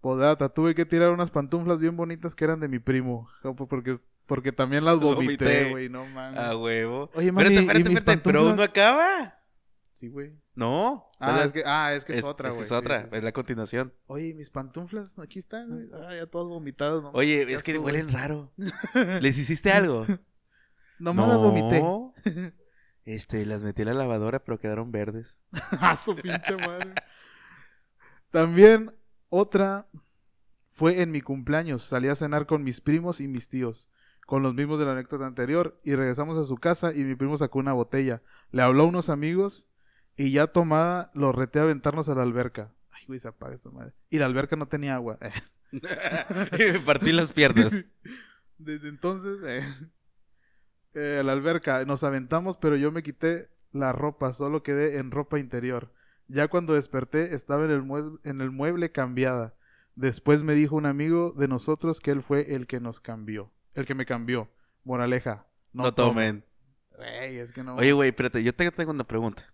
Podata, tuve que tirar unas pantuflas bien bonitas que eran de mi primo. Ja, po- Porque, porque también las
Las
vomité,
vomité.
Ah, güey, no mames.
A huevo.
Oye, mami,
espérate,
¿y
espérate,
mis
espérate, pero aún no
pantuflas?
acaba.
Sí, güey.
No.
Ah,
¿verdad?
es que, ah, es que es, otra,
esa
güey.
Es
Sí,
otra,
sí, sí.
es la continuación.
Oye, ¿y mis pantuflas, aquí están, güey. Ah, ya todas vomitadas. No,
Oye,
qué
es que
asco, güey.
huelen
<laughs>
raro. ¿Les hiciste algo?
Nomás las vomité. <laughs>
No. Este, las metí a la lavadora, pero quedaron verdes.
<laughs> A su pinche madre. También otra fue en mi cumpleaños. Salí a cenar con mis primos y mis tíos, con los mismos de la anécdota anterior, y regresamos a su casa y mi primo sacó una botella. Le habló a unos amigos y ya tomada lo reté a aventarnos a la alberca. Ay, güey, se apaga esta madre. Y la alberca no tenía agua. <laughs>
y me <laughs> partí las piernas.
Desde entonces, eh, eh, a la alberca, nos aventamos, pero yo me quité la ropa, solo quedé en ropa interior. Ya cuando desperté, estaba en el, mueble, en el mueble cambiada. Después me dijo un amigo de nosotros que él fue el que nos cambió, el que me cambió. Moraleja,
No,
no, tomen.
tomen.
Ey, es que no.
Oye, güey, espérate, yo te tengo una pregunta.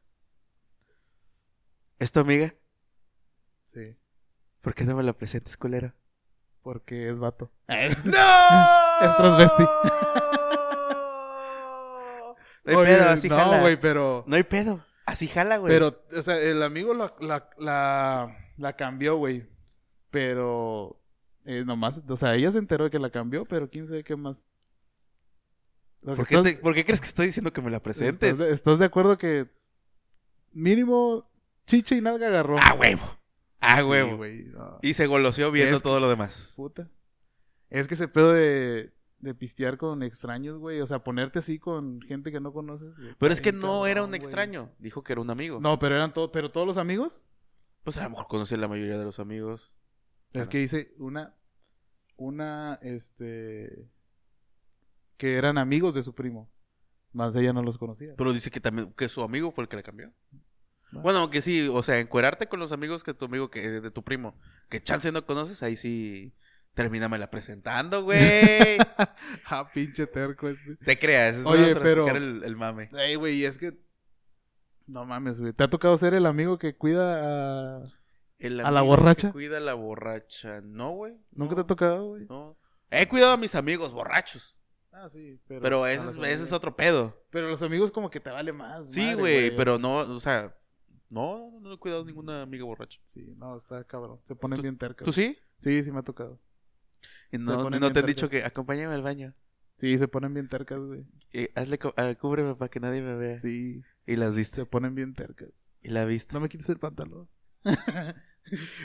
¿Es tu amiga?
Sí,
¿Por qué no me la presentes,
<laughs>
culero?
porque es vato.
¡No!
Es transvesti.
No hay
Oye,
pedo, así jala.
no, güey, pero.
No hay pedo. Así jala, güey.
Pero, o sea, el amigo la, la, la, la cambió, güey. Pero, eh, nomás, o sea, ella se enteró de que la cambió, pero quién sabe qué más. Lo que
¿Por qué,
estás-
te- por qué crees que estoy diciendo que me la presentes?
¿Estás de, estás de acuerdo que mínimo chiche y nalga agarró?
¡A huevo! ¡A
Sí,
huevo!
güey, no.
Ah, y se goloseó viendo
Es que-
todo lo demás.
Puta. Es que ese pedo de, de pistear con extraños, güey. O sea, ponerte así con gente que no conoces. güey,
Pero
está
es que
bien
no era un
cabrón, güey.
extraño. Dijo que era un amigo.
No, pero eran todos, pero todos los amigos.
Pues a lo mejor conocí a la mayoría de los amigos.
Es
Claro.
que dice una, una, este, que eran amigos de su primo, más ella no los conocía.
Pero dice que también que su amigo fue el que le cambió.
Ah.
Bueno, aunque sí, o sea, encuerarte con los amigos que tu amigo que de tu primo, que chance no conoces, ahí sí termínamela presentando, güey.
<laughs> <laughs> ah, pinche terco este.
Te creas, es nada
Oye,
más para
pero-
sacar el, el mame.
Ey, güey, y es que, no mames, güey, ¿te ha tocado ser el amigo que cuida a...
El
¿A la
amigo que
borracha?
Cuida a la borracha. No, güey. no,
¿Nunca te ha tocado, güey?
No. He cuidado a mis amigos borrachos.
Ah, sí,
Pero,
a
ese,
los
es, ese
amigos-
es otro pedo.
Pero los amigos como que te vale más.
Sí,
madre,
güey, pero no, o sea, no, no, no he cuidado a ninguna amiga borracha.
Sí, no, está cabrón, se ponen bien tercos.
¿Tú sí?
Sí, sí me ha tocado.
Y no,
ponen
no te
bien
han dicho
tercos.
que acompáñame al baño.
Sí, se ponen bien tercas, güey.
Eh, hazle, co- ah, cúbreme para que nadie me vea.
Sí,
Y las viste.
se ponen bien tercas.
Y la <laughs> viste.
No me quites el pantalón. <laughs>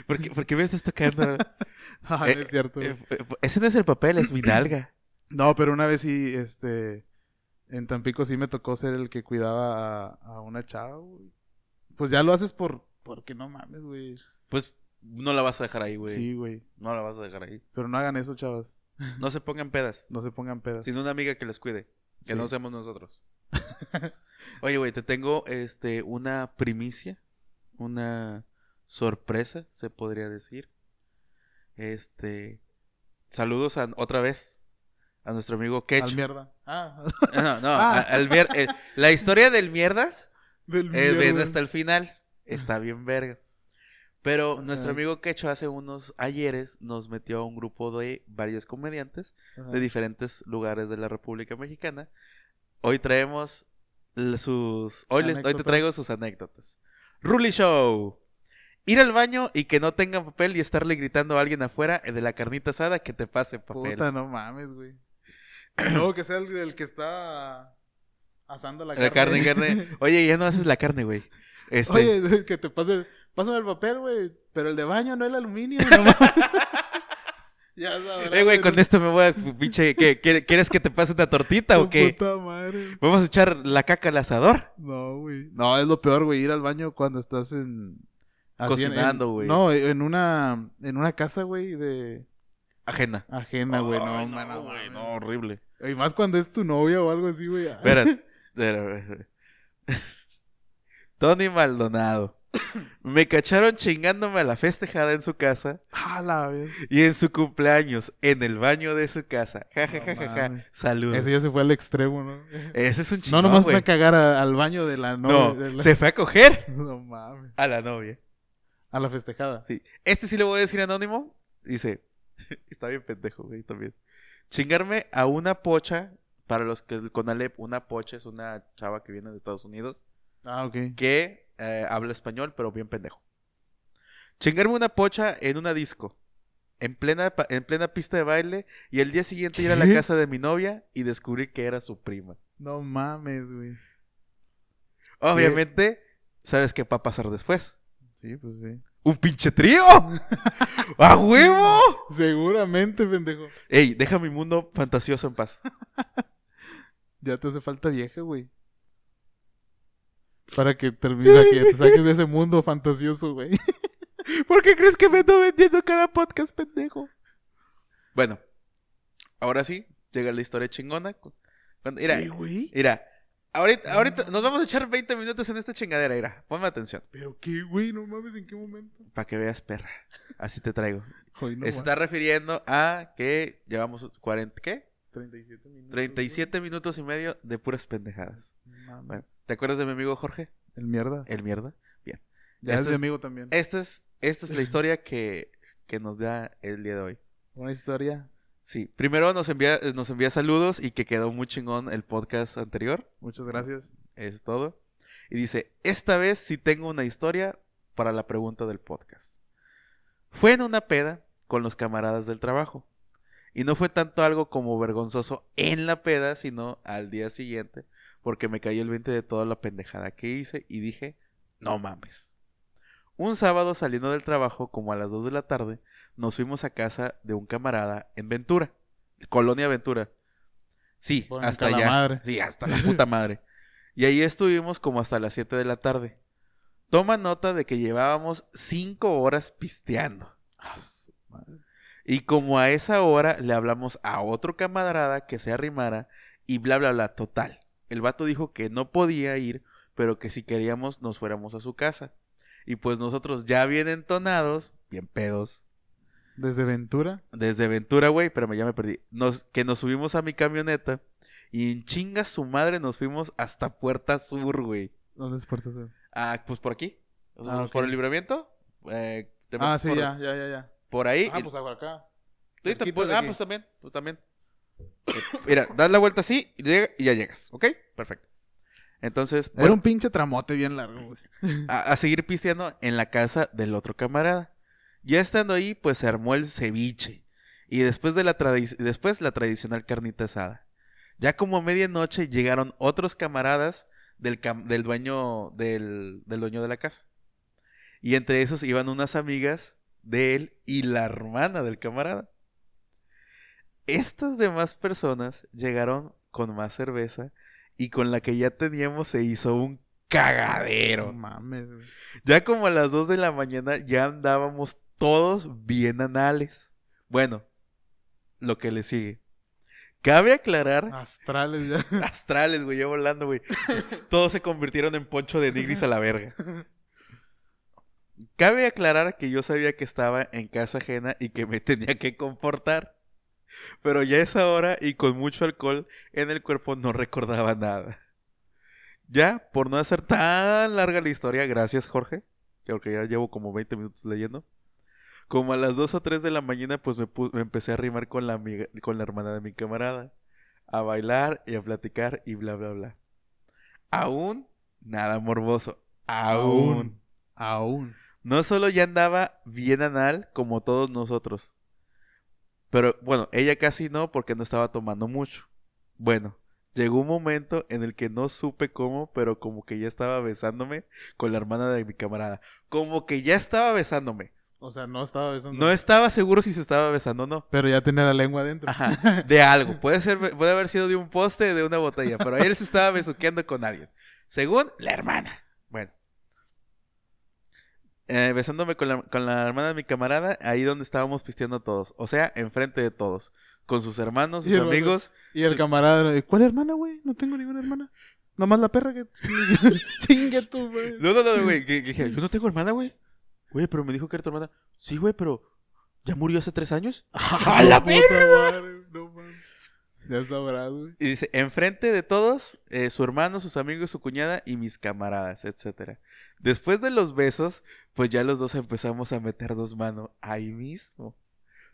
¿Por qué, por qué me estás <laughs> tocando?
<laughs> Ah,
Eh,
no es cierto. güey.
Eh, eh, ese no es el papel, es mi nalga.
No, pero una vez sí, este, en Tampico sí me tocó ser el que cuidaba a, a una chava, güey. Pues ya lo haces por, porque no mames, güey.
Pues no la vas a dejar ahí, güey.
Sí, güey.
No la vas a dejar ahí.
Pero no hagan eso, chavas.
No se pongan pedas.
No se pongan pedas.
Sin una amiga que les cuide. Que
Sí.
no <laughs> seamos nosotros. Oye, güey, te tengo este, una primicia. una sorpresa, se podría decir. Este, saludos a- otra vez a nuestro amigo Ketch.
Al mierda. Ah,
<laughs>
<laughs>
No, <laughs> no,
Ah.
a- al mier- eh, la historia del mierdas
del
eh, ven
mierda.
hasta el final. Está bien verga. Pero nuestro
Ah.
amigo Quecho hace unos ayeres nos metió a un grupo de varios comediantes
Ajá.
de diferentes lugares de la República Mexicana. Hoy traemos l- sus... Hoy, les- hoy te
Anécdotas.
traigo sus anécdotas. Ruli Show. Ir al baño y que no tengan papel y estarle gritando a alguien afuera de la carnita asada que te pase papel.
Puta, no mames, güey. <clears throat> No, que sea el, el que está asando la,
La carne,
<laughs>
carne. Oye, ya no haces la carne, güey. Este,
Oye, que te pase. Pásame el papel, güey. Pero el de baño, no el aluminio. no mames. <laughs> ya sabrás.
Eh, güey,
pero-
con esto me voy a... Pinche, ¿qué, qué- quieres que te pase una tortita o
tu
qué?
Puta madre.
¿Vamos a echar la caca al asador?
No, güey. No, es lo peor, güey. Ir al baño cuando estás en. así en- en-
Cocinando, güey.
No, en una, en una casa, güey, de
Ajena.
ajena, güey. No,
Ay,
man, no,
güey,
mames.
no, horrible.
Y más cuando es tu novia o algo así, güey.
Espera, espera, espera, espera. <laughs> Tony Maldonado. Me cacharon chingándome a la festejada en su casa
Ah, la
<laughs>
vez.
y en su cumpleaños, en el baño de su casa. Ja, ja, ja, ja, ja.
mames.
Saludos.
Ese ya se fue al extremo, ¿no?
Ese es un
No,
chingón,
nomás fue
güey.
a cagar a- al baño de la novia.
No,
de la-
se fue a coger
<laughs> No mames.
a la novia.
A la festejada.
Sí. Este sí le voy a decir anónimo. Dice, <laughs> está bien pendejo, güey, también. Chingarme a una pocha, para los que con Alep, una pocha es una chava que viene de Estados Unidos,
Ah, ok.
que eh, habla español, pero bien pendejo. Chingarme una pocha en una disco, en plena, pa- en plena pista de baile, y el día siguiente ir a la
¿Qué?
casa de mi novia y descubrir que era su prima.
No mames, güey.
Obviamente, ¿sabes qué va a pasar después?
Sí, pues sí.
¡Un pinche trío! <laughs> ¡A huevo!
Seguramente, pendejo.
Ey, deja mi mundo fantasioso en paz.
Ya te hace falta vieja, güey. Para que termine, para que te saques de ese mundo fantasioso, güey. <laughs>
¿Por qué crees que me ando vendiendo cada podcast, pendejo? Bueno, ahora sí, llega la historia chingona. cu- Cuando, mira, eh,
Sí, güey.
mira, ahorita, ahorita nos vamos a echar 20 minutos en esta chingadera, mira, ponme atención,
Pero qué, güey, no mames, ¿en qué momento?
para que veas, perra. Así te traigo.
Hoy <laughs> no
Se está refiriendo a que llevamos 40, ¿qué?
va. 37 minutos.
37 minutos y medio de puras pendejadas.
güey. No mames.
Bueno, ¿te acuerdas de mi amigo Jorge?
El mierda.
El mierda.
Ya
este
es mi
es-
amigo también.
Esta es, esta es
<laughs>
la historia que, que nos da el día de hoy.
Una historia.
Sí, primero nos envía, eh, nos envía saludos y que quedó muy chingón el podcast anterior.
Muchas gracias.
Es todo. Y dice, esta vez sí tengo una historia para la pregunta del podcast. Fue en una peda con los camaradas del trabajo. Y no fue tanto algo como vergonzoso en la peda, sino al día siguiente, porque me cayó el 20 de toda la pendejada que hice y dije, no mames. Un sábado saliendo del trabajo, como a las 2 de la tarde, nos fuimos a casa de un camarada en Ventura, Colonia Ventura. Sí,
Bueno,
hasta
hasta la
allá.
madre.
Sí, hasta la puta
<laughs>
madre. Y ahí estuvimos como hasta las 7 de la tarde. Toma nota de que llevábamos 5 horas pisteando.
Ah, su madre.
Y como a esa hora le hablamos a otro camarada que se arrimara y bla bla bla, total. El vato dijo que no podía ir, pero que si queríamos nos fuéramos a su casa. Y pues nosotros ya bien entonados, bien pedos,
Desde Ventura.
desde Ventura, güey, pero me- ya me perdí. Nos, que nos subimos a mi camioneta y en chinga su madre nos fuimos hasta Puerta Sur, güey.
¿Dónde es Puerto Sur?
Ah, pues por aquí. O sea,
Ah, ok.
Por el libramiento. eh, te
Ah,
metes
sí,
por,
ya, ya, ya, ya.
Por ahí.
Ah,
y-
pues acá.
Sí, te-
cerquita
pues-
de
ah,
aquí.
pues también, pues también. Eh, Mira, das la vuelta así y, llega- y ya llegas, ¿ok? Perfecto. Entonces,
Era
bueno,
un pinche tramote bien largo, güey.
a, a seguir pisteando en la casa del otro camarada. Ya estando ahí, pues se armó el ceviche. Y después, de la tradi- después la tradicional carnita asada. Ya como a medianoche llegaron otros camaradas del, cam- del dueño del, del dueño de la casa. Y entre esos iban unas amigas de él y la hermana del camarada. Estas demás personas llegaron con más cerveza y con la que ya teníamos se hizo un
No
cagadero.
mames, güey.
Ya como a las 2 de la mañana ya andábamos todos bien anales. Bueno, lo que le sigue. Cabe aclarar
Astrales
<laughs>
ya.
astrales, Pues, güey, ya volando, güey. Todos se convirtieron en poncho de nigris a la verga. Cabe aclarar que yo sabía que estaba en casa ajena y que me <laughs> tenía que comportar. Pero ya a esa hora y con mucho alcohol en el cuerpo no recordaba nada. Ya, por no hacer tan larga la historia, gracias Jorge, porque ya llevo como 20 minutos leyendo. Como a las 2 o 3 de la mañana, pues me, pu- me empecé a rimar con la, amiga- con la hermana de mi camarada, a bailar y a platicar y bla, bla, bla. Aún, nada morboso, aún.
Aún.
No solo ya andaba bien anal como todos nosotros. Pero bueno, ella casi no porque no estaba tomando mucho. Bueno, llegó un momento en el que no supe cómo, pero como que ya estaba besándome con la hermana de mi camarada. Como que ya estaba besándome.
O sea, no estaba besando.
No estaba seguro si se estaba besando o no.
Pero ya tenía la lengua adentro.
Ajá, de algo. Puede ser, puede haber sido de un poste, de una botella, pero él se estaba besuqueando con alguien. Según la hermana. Bueno. Eh, besándome con la, con la hermana de mi camarada, ahí donde estábamos pisteando todos. O sea, enfrente de todos. Con sus hermanos,
Y
sus
el vato-
amigos.
Y el
Sí.
camarada, ¿cuál hermana, güey? No tengo ninguna hermana. Nomás la perra
<laughs>
que. Chingue tú, güey. <laughs>
No, no, no, güey. que- que dije, yo no tengo hermana, güey. Güey, pero me dijo que era tu hermana. Sí, güey, pero ya murió hace tres años. ¡A la
Puta madre, No mames. Ya sabrás, güey.
Y dice, enfrente de todos, eh, su hermano, sus amigos, su cuñada y mis camaradas, etcétera. Después de los besos, pues ya los dos empezamos a meternos mano ahí mismo.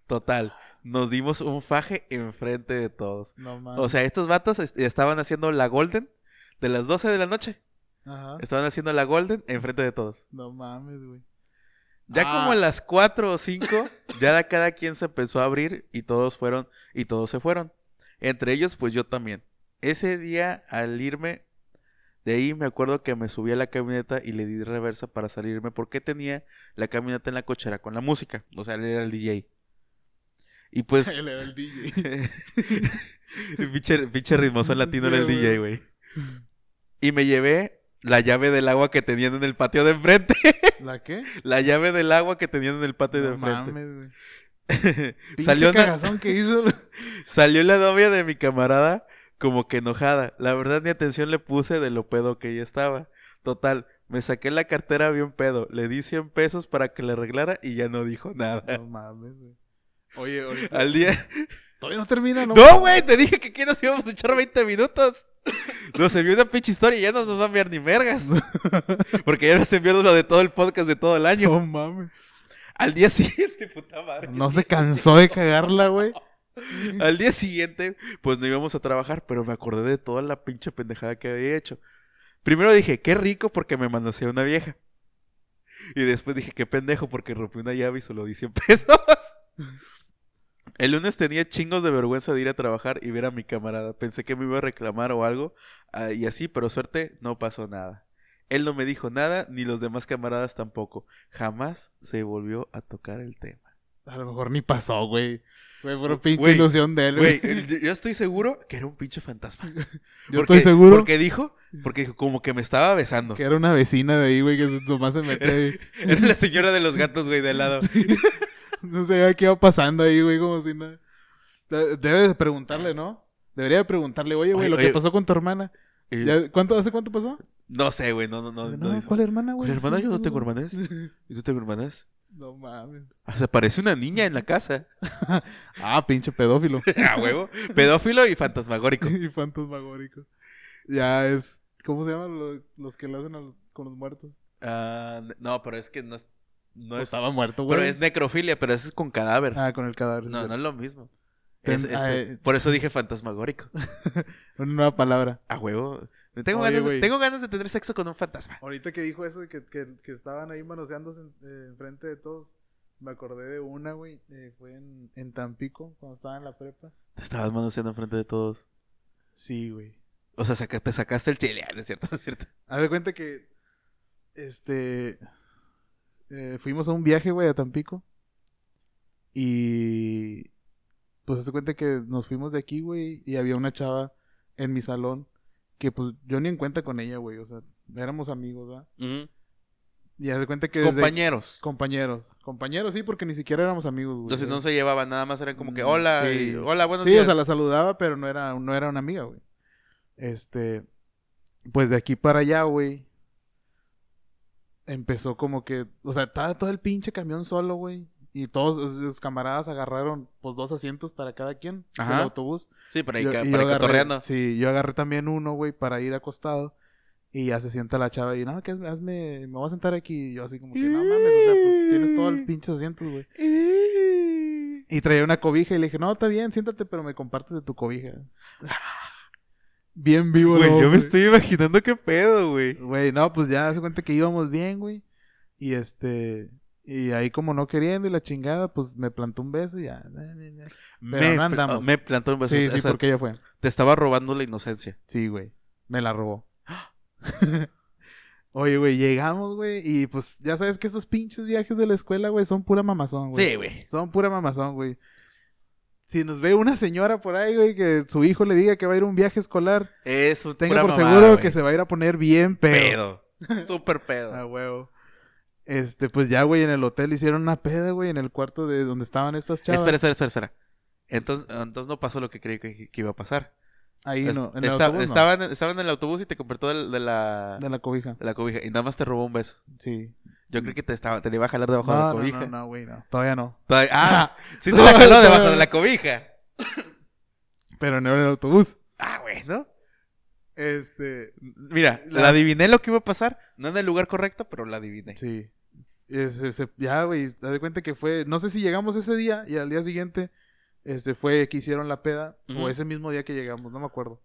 Total, nos dimos un faje enfrente de todos.
No mames.
O sea, estos vatos est- estaban haciendo la golden de las 12 de la noche.
Ajá.
Estaban haciendo la golden enfrente de todos.
No mames, güey.
Ya
Ah.
como a las 4 o 5, ya da- cada quien se empezó a abrir y todos fueron y todos se fueron. Entre ellos, pues yo también. Ese día, al irme de ahí, me acuerdo que me subí a la camioneta y le di reversa para salirme porque tenía la camioneta en la cochera con la música. O sea, él era el DJ. Y
<laughs>
pues, <laughs>
Él era el DJ.
pinche, pinche ritmoso latino
Sí,
era el
güey.
DJ, güey. Y me llevé la llave del agua que tenían en el patio de enfrente.
¿La qué?
La llave del agua que tenían en el patio de
No
enfrente. <laughs>
mames, güey.
salió,
Pinche
una-
cagazón
<laughs>
que hizo.
salió la novia de mi camarada como que enojada. La verdad ni atención le puse de lo pedo que ella estaba. Total, me saqué la cartera bien pedo. Le di 100 pesos para que le arreglara y ya no dijo nada. <laughs>
No mames, güey. Oye, ahorita-
Al día... <laughs>
Todavía no termina, ¿no?
No, güey, te dije que aquí nos íbamos a echar 20 minutos. <laughs> Nos envió una pinche historia y ya no nos va a enviar ni vergas.
<laughs>
Porque ya nos enviaron lo de todo el podcast de todo el año.
No mames.
Al día <laughs> siguiente, puta madre.
No se cansó de cagarla, güey.
Al día siguiente, pues no íbamos a trabajar, pero me acordé de toda la pinche pendejada que había hecho. Primero dije, qué rico porque me manoseé una vieja. Y después dije, qué pendejo porque rompí una llave y solo di 100 <laughs> pesos. El lunes tenía chingos de vergüenza de ir a trabajar y ver a mi camarada. Pensé que me iba a reclamar o algo ah, y así, pero suerte no pasó nada. Él no me dijo nada, ni los demás camaradas tampoco. Jamás se volvió a tocar el tema.
A lo mejor ni pasó, güey. Fue puro pinche
Güey,
ilusión de él,
Güey, <laughs>
güey.
el- yo- yo estoy seguro que era un pinche fantasma.
Yo
Porque-
estoy seguro
Porque dijo, porque dijo, como que me estaba besando.
que era una vecina de ahí, güey, que se- nomás se metió ahí.
<laughs> Era la señora de los gatos, güey, de al lado.
<laughs> No sabía qué iba pasando ahí, güey, como si nada. De- Debe de preguntarle, ¿no? Debería de preguntarle, oye, güey,
Oye,
lo
oye.
que pasó con tu hermana.
Y-
¿Ya- ¿Cuánto, ¿Hace cuánto pasó?
No sé, güey, no, no, no.
No,
no dice.
¿Cuál hermana, güey?
¿Cuál hermana? Yo no tengo hermanas. ¿Y tú tengo hermanas?
<laughs> No mames.
O sea, parece una niña en la
<laughs>
casa.
Ah, pinche
<laughs>
pedófilo. <laughs>
A huevo. Pedófilo y fantasmagórico.
y fantasmagórico. Ya es. ¿Cómo se llaman lo- los que le hacen a los- con los muertos?
Ah, no, pero es que no es. No
Pues
es
estaba muerto, güey.
pero es necrofilia, pero eso es con cadáver.
Ah, con el cadáver.
no,
sí.
no es lo mismo.
Ten-
Es, este,
ah, eh.
por eso dije fantasmagórico.
Una nueva palabra.
A huevo. Tengo,
Oye,
ganas de,
güey.
tengo ganas de tener sexo con un fantasma.
Ahorita que dijo eso, de que, que, que estaban ahí manoseándose en- eh, enfrente de todos, me acordé de una, güey. eh, fue en, en Tampico, cuando estaba en la prepa.
Te estabas manoseando enfrente de todos.
Sí, güey.
O sea, saca- te sacaste el chile, <laughs> Ah, no es cierto, no es cierto.
Haz de cuenta que. Este. eh, fuimos a un viaje, güey, a Tampico. Y. Pues haz de cuenta que nos fuimos de aquí, güey. Y había una chava en mi salón. Que pues yo ni en cuenta con ella, güey. O sea, éramos amigos, ¿verdad? Y haz de cuenta que. desde-
Compañeros.
Compañeros. Compañeros, sí, porque ni siquiera éramos amigos, güey.
Entonces no se llevaban, nada más eran como que
Mm,
hola,
sí.
y, hola, buenos
Sí,
días.
o sea, la saludaba, pero no era, no era una amiga, güey. Este, pues de aquí para allá, güey. empezó como que, o sea, estaba todo el pinche camión solo, güey. Y todos sus camaradas agarraron pues dos asientos para cada quien
Ajá.
del autobús.
Sí, para ir,
Yo-
ca-
y
para
yo
ir
agarré-
cotorreando.
Sí, yo agarré también uno, güey, para ir acostado. Y ya se sienta la chava y, no, que hazme, me voy a sentar aquí. Y yo así como que, no mames, o sea, pues, tienes todo el pinche asiento, güey. Y traía una cobija y le dije, no, está bien, siéntate, pero me compartes de tu cobija. <laughs> Bien vivo,
Güey,
¿no,
yo me
güey?
estoy imaginando qué pedo, güey.
Güey, no, pues ya se cuenta que íbamos bien, güey. Y este. Y ahí, como no queriendo y la chingada, pues me plantó un beso y ya.
Me,
no
pl-
andamos.
me plantó un beso.
Sí,
Pues, O
sí,
sea,
porque ella fue.
Te estaba robando la inocencia.
Sí, güey. Me la robó. <laughs> Oye, güey, llegamos, güey. Y pues ya sabes que estos pinches viajes de la escuela, güey, son pura mamazón, güey.
Sí, güey.
Son pura mamazón, güey. Si nos ve una señora por ahí, güey, que su hijo le diga que va a ir a un viaje escolar,
Es un
tenga
pura
por
mamada,
seguro
güey.
que se va a ir a poner bien pedo. <laughs> Ah,
pedo. Súper pedo.
A huevo. Este, pues ya, güey, en el hotel hicieron una peda, güey, en el cuarto de donde estaban estas chavas.
Espera, espera, espera, espera. Entonces, entonces no pasó lo que creí que, que iba a pasar.
Ahí
Es-
no, en el
esta-
autobús no,
estaban, estaban en el autobús y te compartió del- de, la,
de la cobija.
de la cobija. Y nada más te robó un beso.
Sí.
Yo creí que te, estaba, te le iba a jalar debajo de
No,
la
no,
cobija.
no, no, güey, no. Todavía no.
Todavía- ah, sí te
No,
la jaló
<laughs> no,
debajo
no.
de la cobija.
Pero no en el autobús.
Ah, güey, ¿no?
Este,
Mira,
La-
la adiviné lo que iba a pasar. No en el lugar correcto, pero la adiviné.
sí. Ese- se- ya, güey, te das cuenta que fue, no sé si llegamos ese día y al día siguiente, este, fue que hicieron la peda,
Ujú.
o ese mismo día que llegamos, no me acuerdo.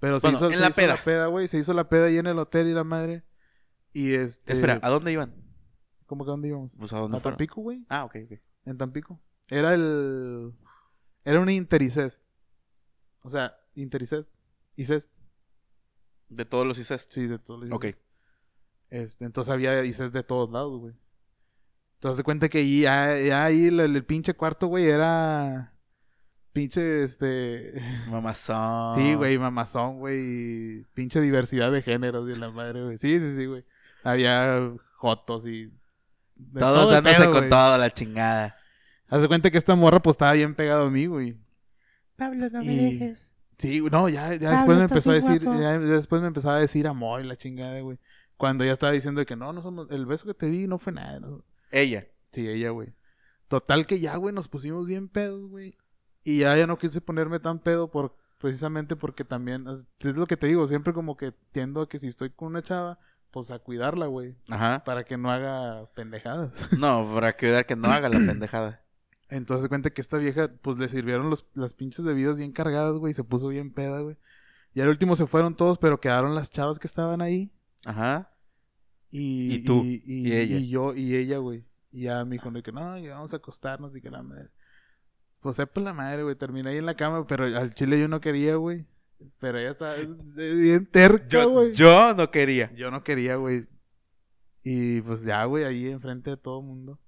Pero se
Bueno,
hizo,
en
se
la
hizo
peda.
la peda, güey, se hizo la peda ahí en el hotel y la madre. Y este,
Espera, ¿a dónde iban?
¿cómo que a dónde íbamos?
Pues a dónde
¿A
fueron?
Tampico, güey?
Ah, ok, ok.
En Tampico. Era el. Era un intericest. O sea, intericest. Icest.
De todos los ICES.
Sí, de todos los
Ok.
ICEST. Este, entonces había ICEST de todos lados, güey. Entonces se cuenta que ahí, ya, ya ahí el, el pinche cuarto, güey, era. Pinche, este. <laughs>
Mamazón.
Sí, güey, mamazón, güey. y Pinche diversidad de géneros y la madre, güey. Sí, sí, sí, güey. Había jotos y. de
Todos
todo el
dándose
pedo,
con
güey.
todo, la chingada.
Haz de cuenta que esta morra, pues estaba bien pegado a mí, güey.
Pablo, no
me dejes. Sí, no, ya, ya después
Pablo,
me
estás
empezó a
bien
decir,
guapo.
ya, ya después me empezaba a decir amor y la chingada, güey. Cuando ya estaba diciendo de que no, no somos, el beso que te di no fue nada. ¿no?
Ella.
Sí, ella, güey. Total que ya, güey, nos pusimos bien pedos, güey. Y ya, ya no quise ponerme tan pedo por, precisamente porque también, es es lo que te digo, siempre como que tiendo a que si estoy con una chava, pues a cuidarla, güey.
Ajá.
Para que no haga pendejadas.
No, para cuidar que no haga
<clears throat>
la pendejada.
Entonces se cuenta que esta vieja, pues le sirvieron los, las pinches bebidas bien cargadas, güey, y se puso bien peda, güey. Y al último se fueron todos, pero quedaron las chavas que estaban ahí.
Ajá.
Y,
Y tú,
Y, y-
y ella.
y yo, y ella, güey. Y ya me dijo, de que no, ya vamos a acostarnos, y que la madre. Pues sepa la madre, güey. Terminé ahí en la cama, pero al chile yo no quería, güey. Pero ella estaba bien terca,
Yo,
güey.
yo no quería.
Yo no quería, güey. Y pues ya, güey, ahí enfrente de todo el mundo.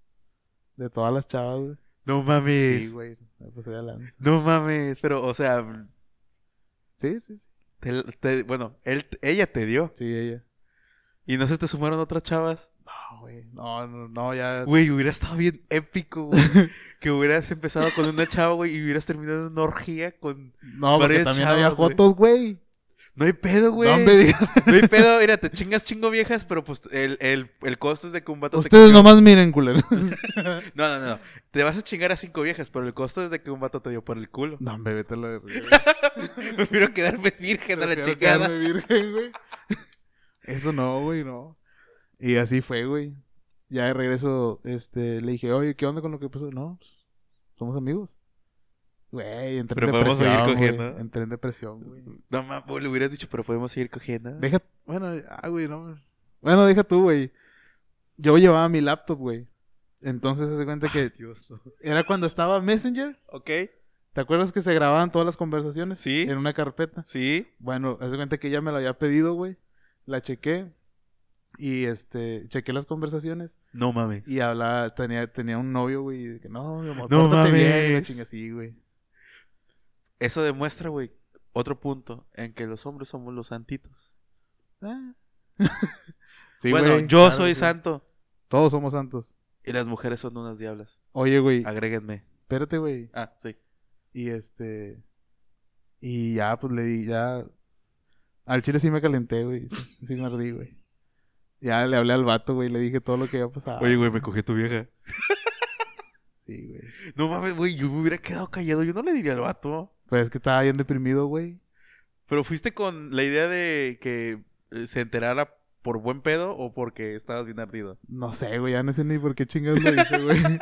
De todas las chavas, güey.
No mames.
Sí, güey. Me pasé de lanza.
No mames. Pero, o sea,
Sí, sí, sí.
te- te- bueno, él, ella te dio.
Sí, ella.
Y no se te sumaron otras chavas.
No, Ah, güey. No, no, no, ya.
Güey, hubiera estado bien épico, güey. que hubieras empezado con una chava, güey, y hubieras terminado en una orgía con.
No, porque
varias
también
chavas,
había
güey.
fotos, güey.
No hay pedo, güey.
No me digan.
No hay pedo, mira, te chingas chingo viejas, pero pues el, el, el costo es de que un vato
Ustedes
te cogió-
nomás miren, culero.
No, no, no. Te vas a chingar a cinco viejas, pero el costo es de que un vato te dio por el
<laughs>
culo.
<laughs> no, hombre, vete a
<laughs>
la verga. güey.
Prefiero quedarme pues virgen a la
Prefiero
chingada.
quedarme virgen, güey. Eso no, güey, no. Y así fue, güey. Ya de regreso, este, le dije, oye, ¿qué onda con lo que pasó? No, pues, somos amigos. Güey, entré
Pero
en
podemos
depresión,
seguir
güey.
cogiendo.
Entré en depresión, güey.
No mames, le hubieras dicho, pero podemos seguir cogiendo.
Deja, bueno, ah, güey, no. Bueno, deja tú, güey. Yo llevaba mi laptop, güey. Entonces se hace cuenta que
Dios, no.
era cuando estaba Messenger.
Ok.
¿Te acuerdas que se grababan todas las conversaciones?
Sí.
En una carpeta.
Sí.
Bueno, hace cuenta que ella me lo había pedido, güey. La chequé. Y este, chequé las conversaciones.
No mames.
Y hablaba, tenía, tenía un novio, güey. y de que no, mi amor,
No
pórtate bien", y la
mames.
chinga, sí, güey.
Eso demuestra, güey, otro punto en que los hombres somos los santitos.
Ah. <laughs> Sí,
bueno,
güey,
yo
claro,
soy
sí.
santo
Todos somos santos.
y las mujeres son unas diablas.
Oye, güey,
Agréguenme.
espérate, güey.
Ah, sí.
Y este. Y ya, pues le di, ya. Al chile sí me calenté, güey. Sí, sí me ardí, güey. Ya le hablé al vato, güey, le dije todo lo que había pasado.
Ah. Oye, güey, me cogí tu vieja.
Sí, güey.
No mames, güey, yo me hubiera quedado callado. Yo no le diría al vato.
Pero es que estaba bien deprimido, güey.
Pero fuiste con la idea de que eh, se enterara por buen pedo o porque estabas bien ardido.
No sé, güey, ya no sé ni por qué chingados lo hice, güey.
<laughs>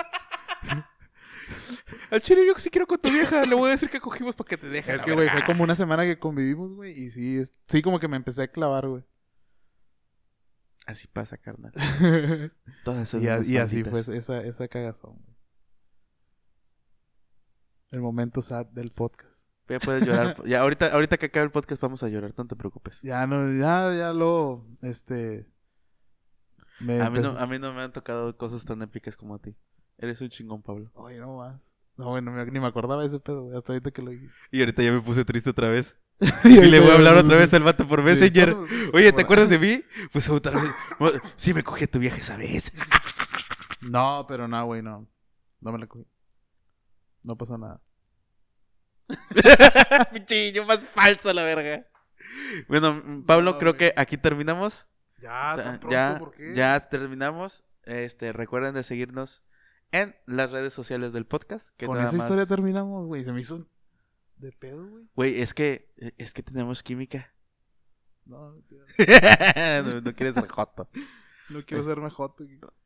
Al chile, yo sí quiero con tu vieja. Le voy a decir que cogimos para que te dejes.
es que, güey, fue como una semana que convivimos, güey, y sí, es- sí como que me empecé a clavar, <laughs> güey.
Así pasa, carnal.
y,
Todas esas
a-
unas
y así fue
malditas.
esa, esa cagazón, güey. El momento sad del podcast.
Ya puedes llorar. Ya, ahorita, ahorita que acabe el podcast vamos a llorar, no te preocupes.
Ya no, ya, ya lo, este... Me
A mí, no,
empecé-
a mí no me han tocado cosas tan épicas como a ti. Eres un chingón, Pablo.
Ay, no más. No, bueno, me- ni me acordaba de ese pedo, güey, hasta ahorita que lo dijiste.
Y ahorita ya me puse triste otra
<laughs>
vez. <laughs> Y le voy a hablar otra vez al vato por
Sí.
Messenger. Oye, ¿te
Bueno.
acuerdas de mí? Pues otra vez. Bueno, Sí, me cogí a tu viaje esa
<laughs>
vez.
No, pero no, güey, no. No me la cogí. No pasó nada.
Pinchillo más falso, la verga. Bueno, Pablo,
No,
creo
güey. Ah,
que aquí terminamos.
Ya,
O sea, ya, ya terminamos. Este, recuerden de seguirnos en las redes sociales del podcast. Que
Con
nada
esa
más-
historia terminamos, güey. Se me hizo de pedo, güey.
Güey, es que, es que tenemos
<laughs>
química.
No, tío,
no, no quieres ser joto.
no
Eh,
quiero ser mejor.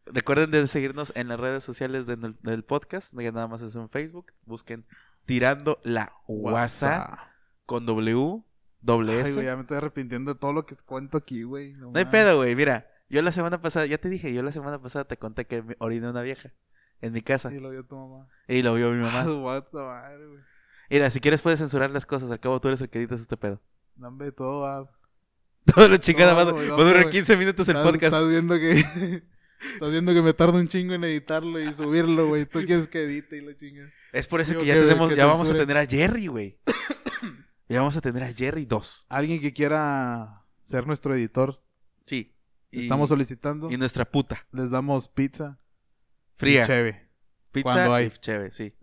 Recuerden de seguirnos en las redes sociales de- del podcast. Que nada más es en Facebook. Busquen Tirando la WhatsApp con W, doble
Ay,
S.
güey, ya me estoy arrepintiendo de todo lo que cuento aquí, güey.
No hay
mames.
pedo, güey. Mira, yo la semana pasada, ya te dije, yo la semana pasada te conté que me oriné una vieja en mi casa
Y lo vio tu mamá.
y lo vio mi
Ah,
mamá.
<laughs> su puta madre, güey.
Mira, si quieres puedes censurar las cosas, al cabo tú eres el que editas este pedo. <laughs>
No, hombre, todo va.
Todo lo chingada
No,
va, a-
güey, no,
va a durar
güey.
15 minutos el
Estás-
podcast.
Estás viendo que. <laughs> Estás viendo que me tarda un chingo en editarlo y subirlo, güey. Tú quieres que edite y lo chingue.
Es por eso
Digo
que ya
que-
tenemos,
que
ya vamos a
censure.
tener a Jerry, güey. <coughs> ya vamos a tener a Jerry 2.
Alguien que quiera ser nuestro editor,
Sí. Y-
estamos solicitando.
y nuestra puta.
Les damos pizza. y
Fría.
Cheve.
Pizza
Cuando
hay?
hay.
y cheve,
<laughs>
sí.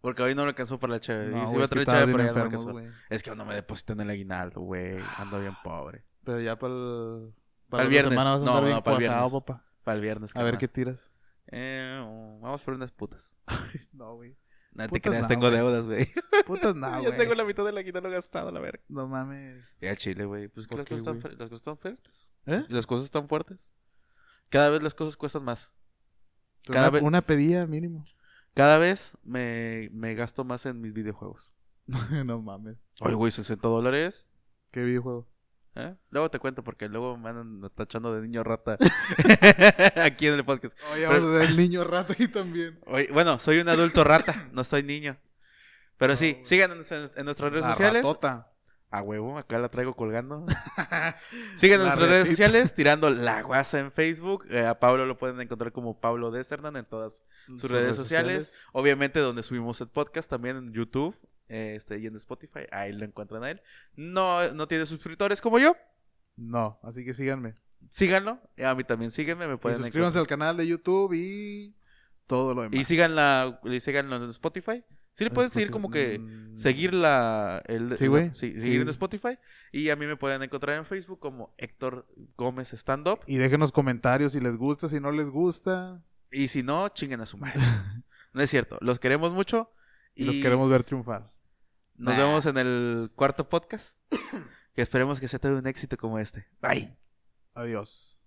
Porque hoy no me alcanzó para la cheve.
No,
y si
güey,
iba a
es que
traer
estaba
cheve,
bien
pero ya no me
enfermo,
alcanzó.
güey.
Es que aún no me depositan el aguinaldo, güey. Ando bien pobre.
Pero ya para el...
Para el viernes.
Semana vas a
No,
andar
no,
bien
para el
cuajado,
viernes.
papá.
Para el viernes.
A ver
carnal.
qué tiras.
Eh, oh, vamos por unas putas.
<laughs> No, güey.
No te
Putas
creas,
no,
tengo
güey.
deudas, güey. <laughs>
Putas <laughs> no,
ya
güey.
tengo la mitad de la guitarra gastado, la verga.
No mames.
Ya, chile, güey. Pues que
¿Por
las
qué,
cosas, están,
güey?
fu- las cosas están fuertes.
¿Eh?
Las cosas están fuertes. Cada vez las cosas cuestan más. Cada
una,
vez-
una pedida mínimo.
Cada vez me, me gasto más en mis videojuegos.
<laughs> no mames.
Oye, güey, 60 dólares.
Qué videojuego.
¿eh? Luego te cuento porque luego me andan tachando de niño rata <laughs> aquí en el podcast.
Oye,
vamos
vamos a el niño rato aquí <laughs> también.
Oye, bueno, soy un adulto rata, no soy niño. Pero
No,
sí,
güey.
síganos en, en nuestras redes
La
sociales.
ratota. <laughs>
A huevo, acá la traigo colgando. <laughs> Sigan
La
nuestras redes
retita.
sociales, tirando la guasa en Facebook. Eh, a Pablo lo pueden encontrar como Pablo Desernan en todas sus, redes, sociales. Obviamente, donde subimos el podcast, también en YouTube eh, este, y en Spotify. Ahí lo encuentran a él. No, no tiene suscriptores como yo.
No, así que síganme.
Síganlo. Eh, A mí también síguenme. Me
Y
pueden
suscríbanse
encontrar.
al canal de YouTube y todo lo demás.
Y sigan la, y síganlo en Spotify. Sí le pueden seguir como que
Mm.
seguir la el,
Sí,
la-
güey.
sí,
Sí.
seguir en Spotify y a mí me pueden encontrar en Facebook como Héctor Gómez Stand Up
Y déjenos comentarios si les gusta, si no les gusta.
y si no chinguen a su
<laughs>
madre. no es cierto, los queremos mucho
Y, los queremos ver triunfar.
Nos
Nah.
vemos en el cuarto podcast. que esperemos que sea todo un éxito como este. Bye.
Adiós.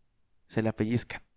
Se la pellizcan.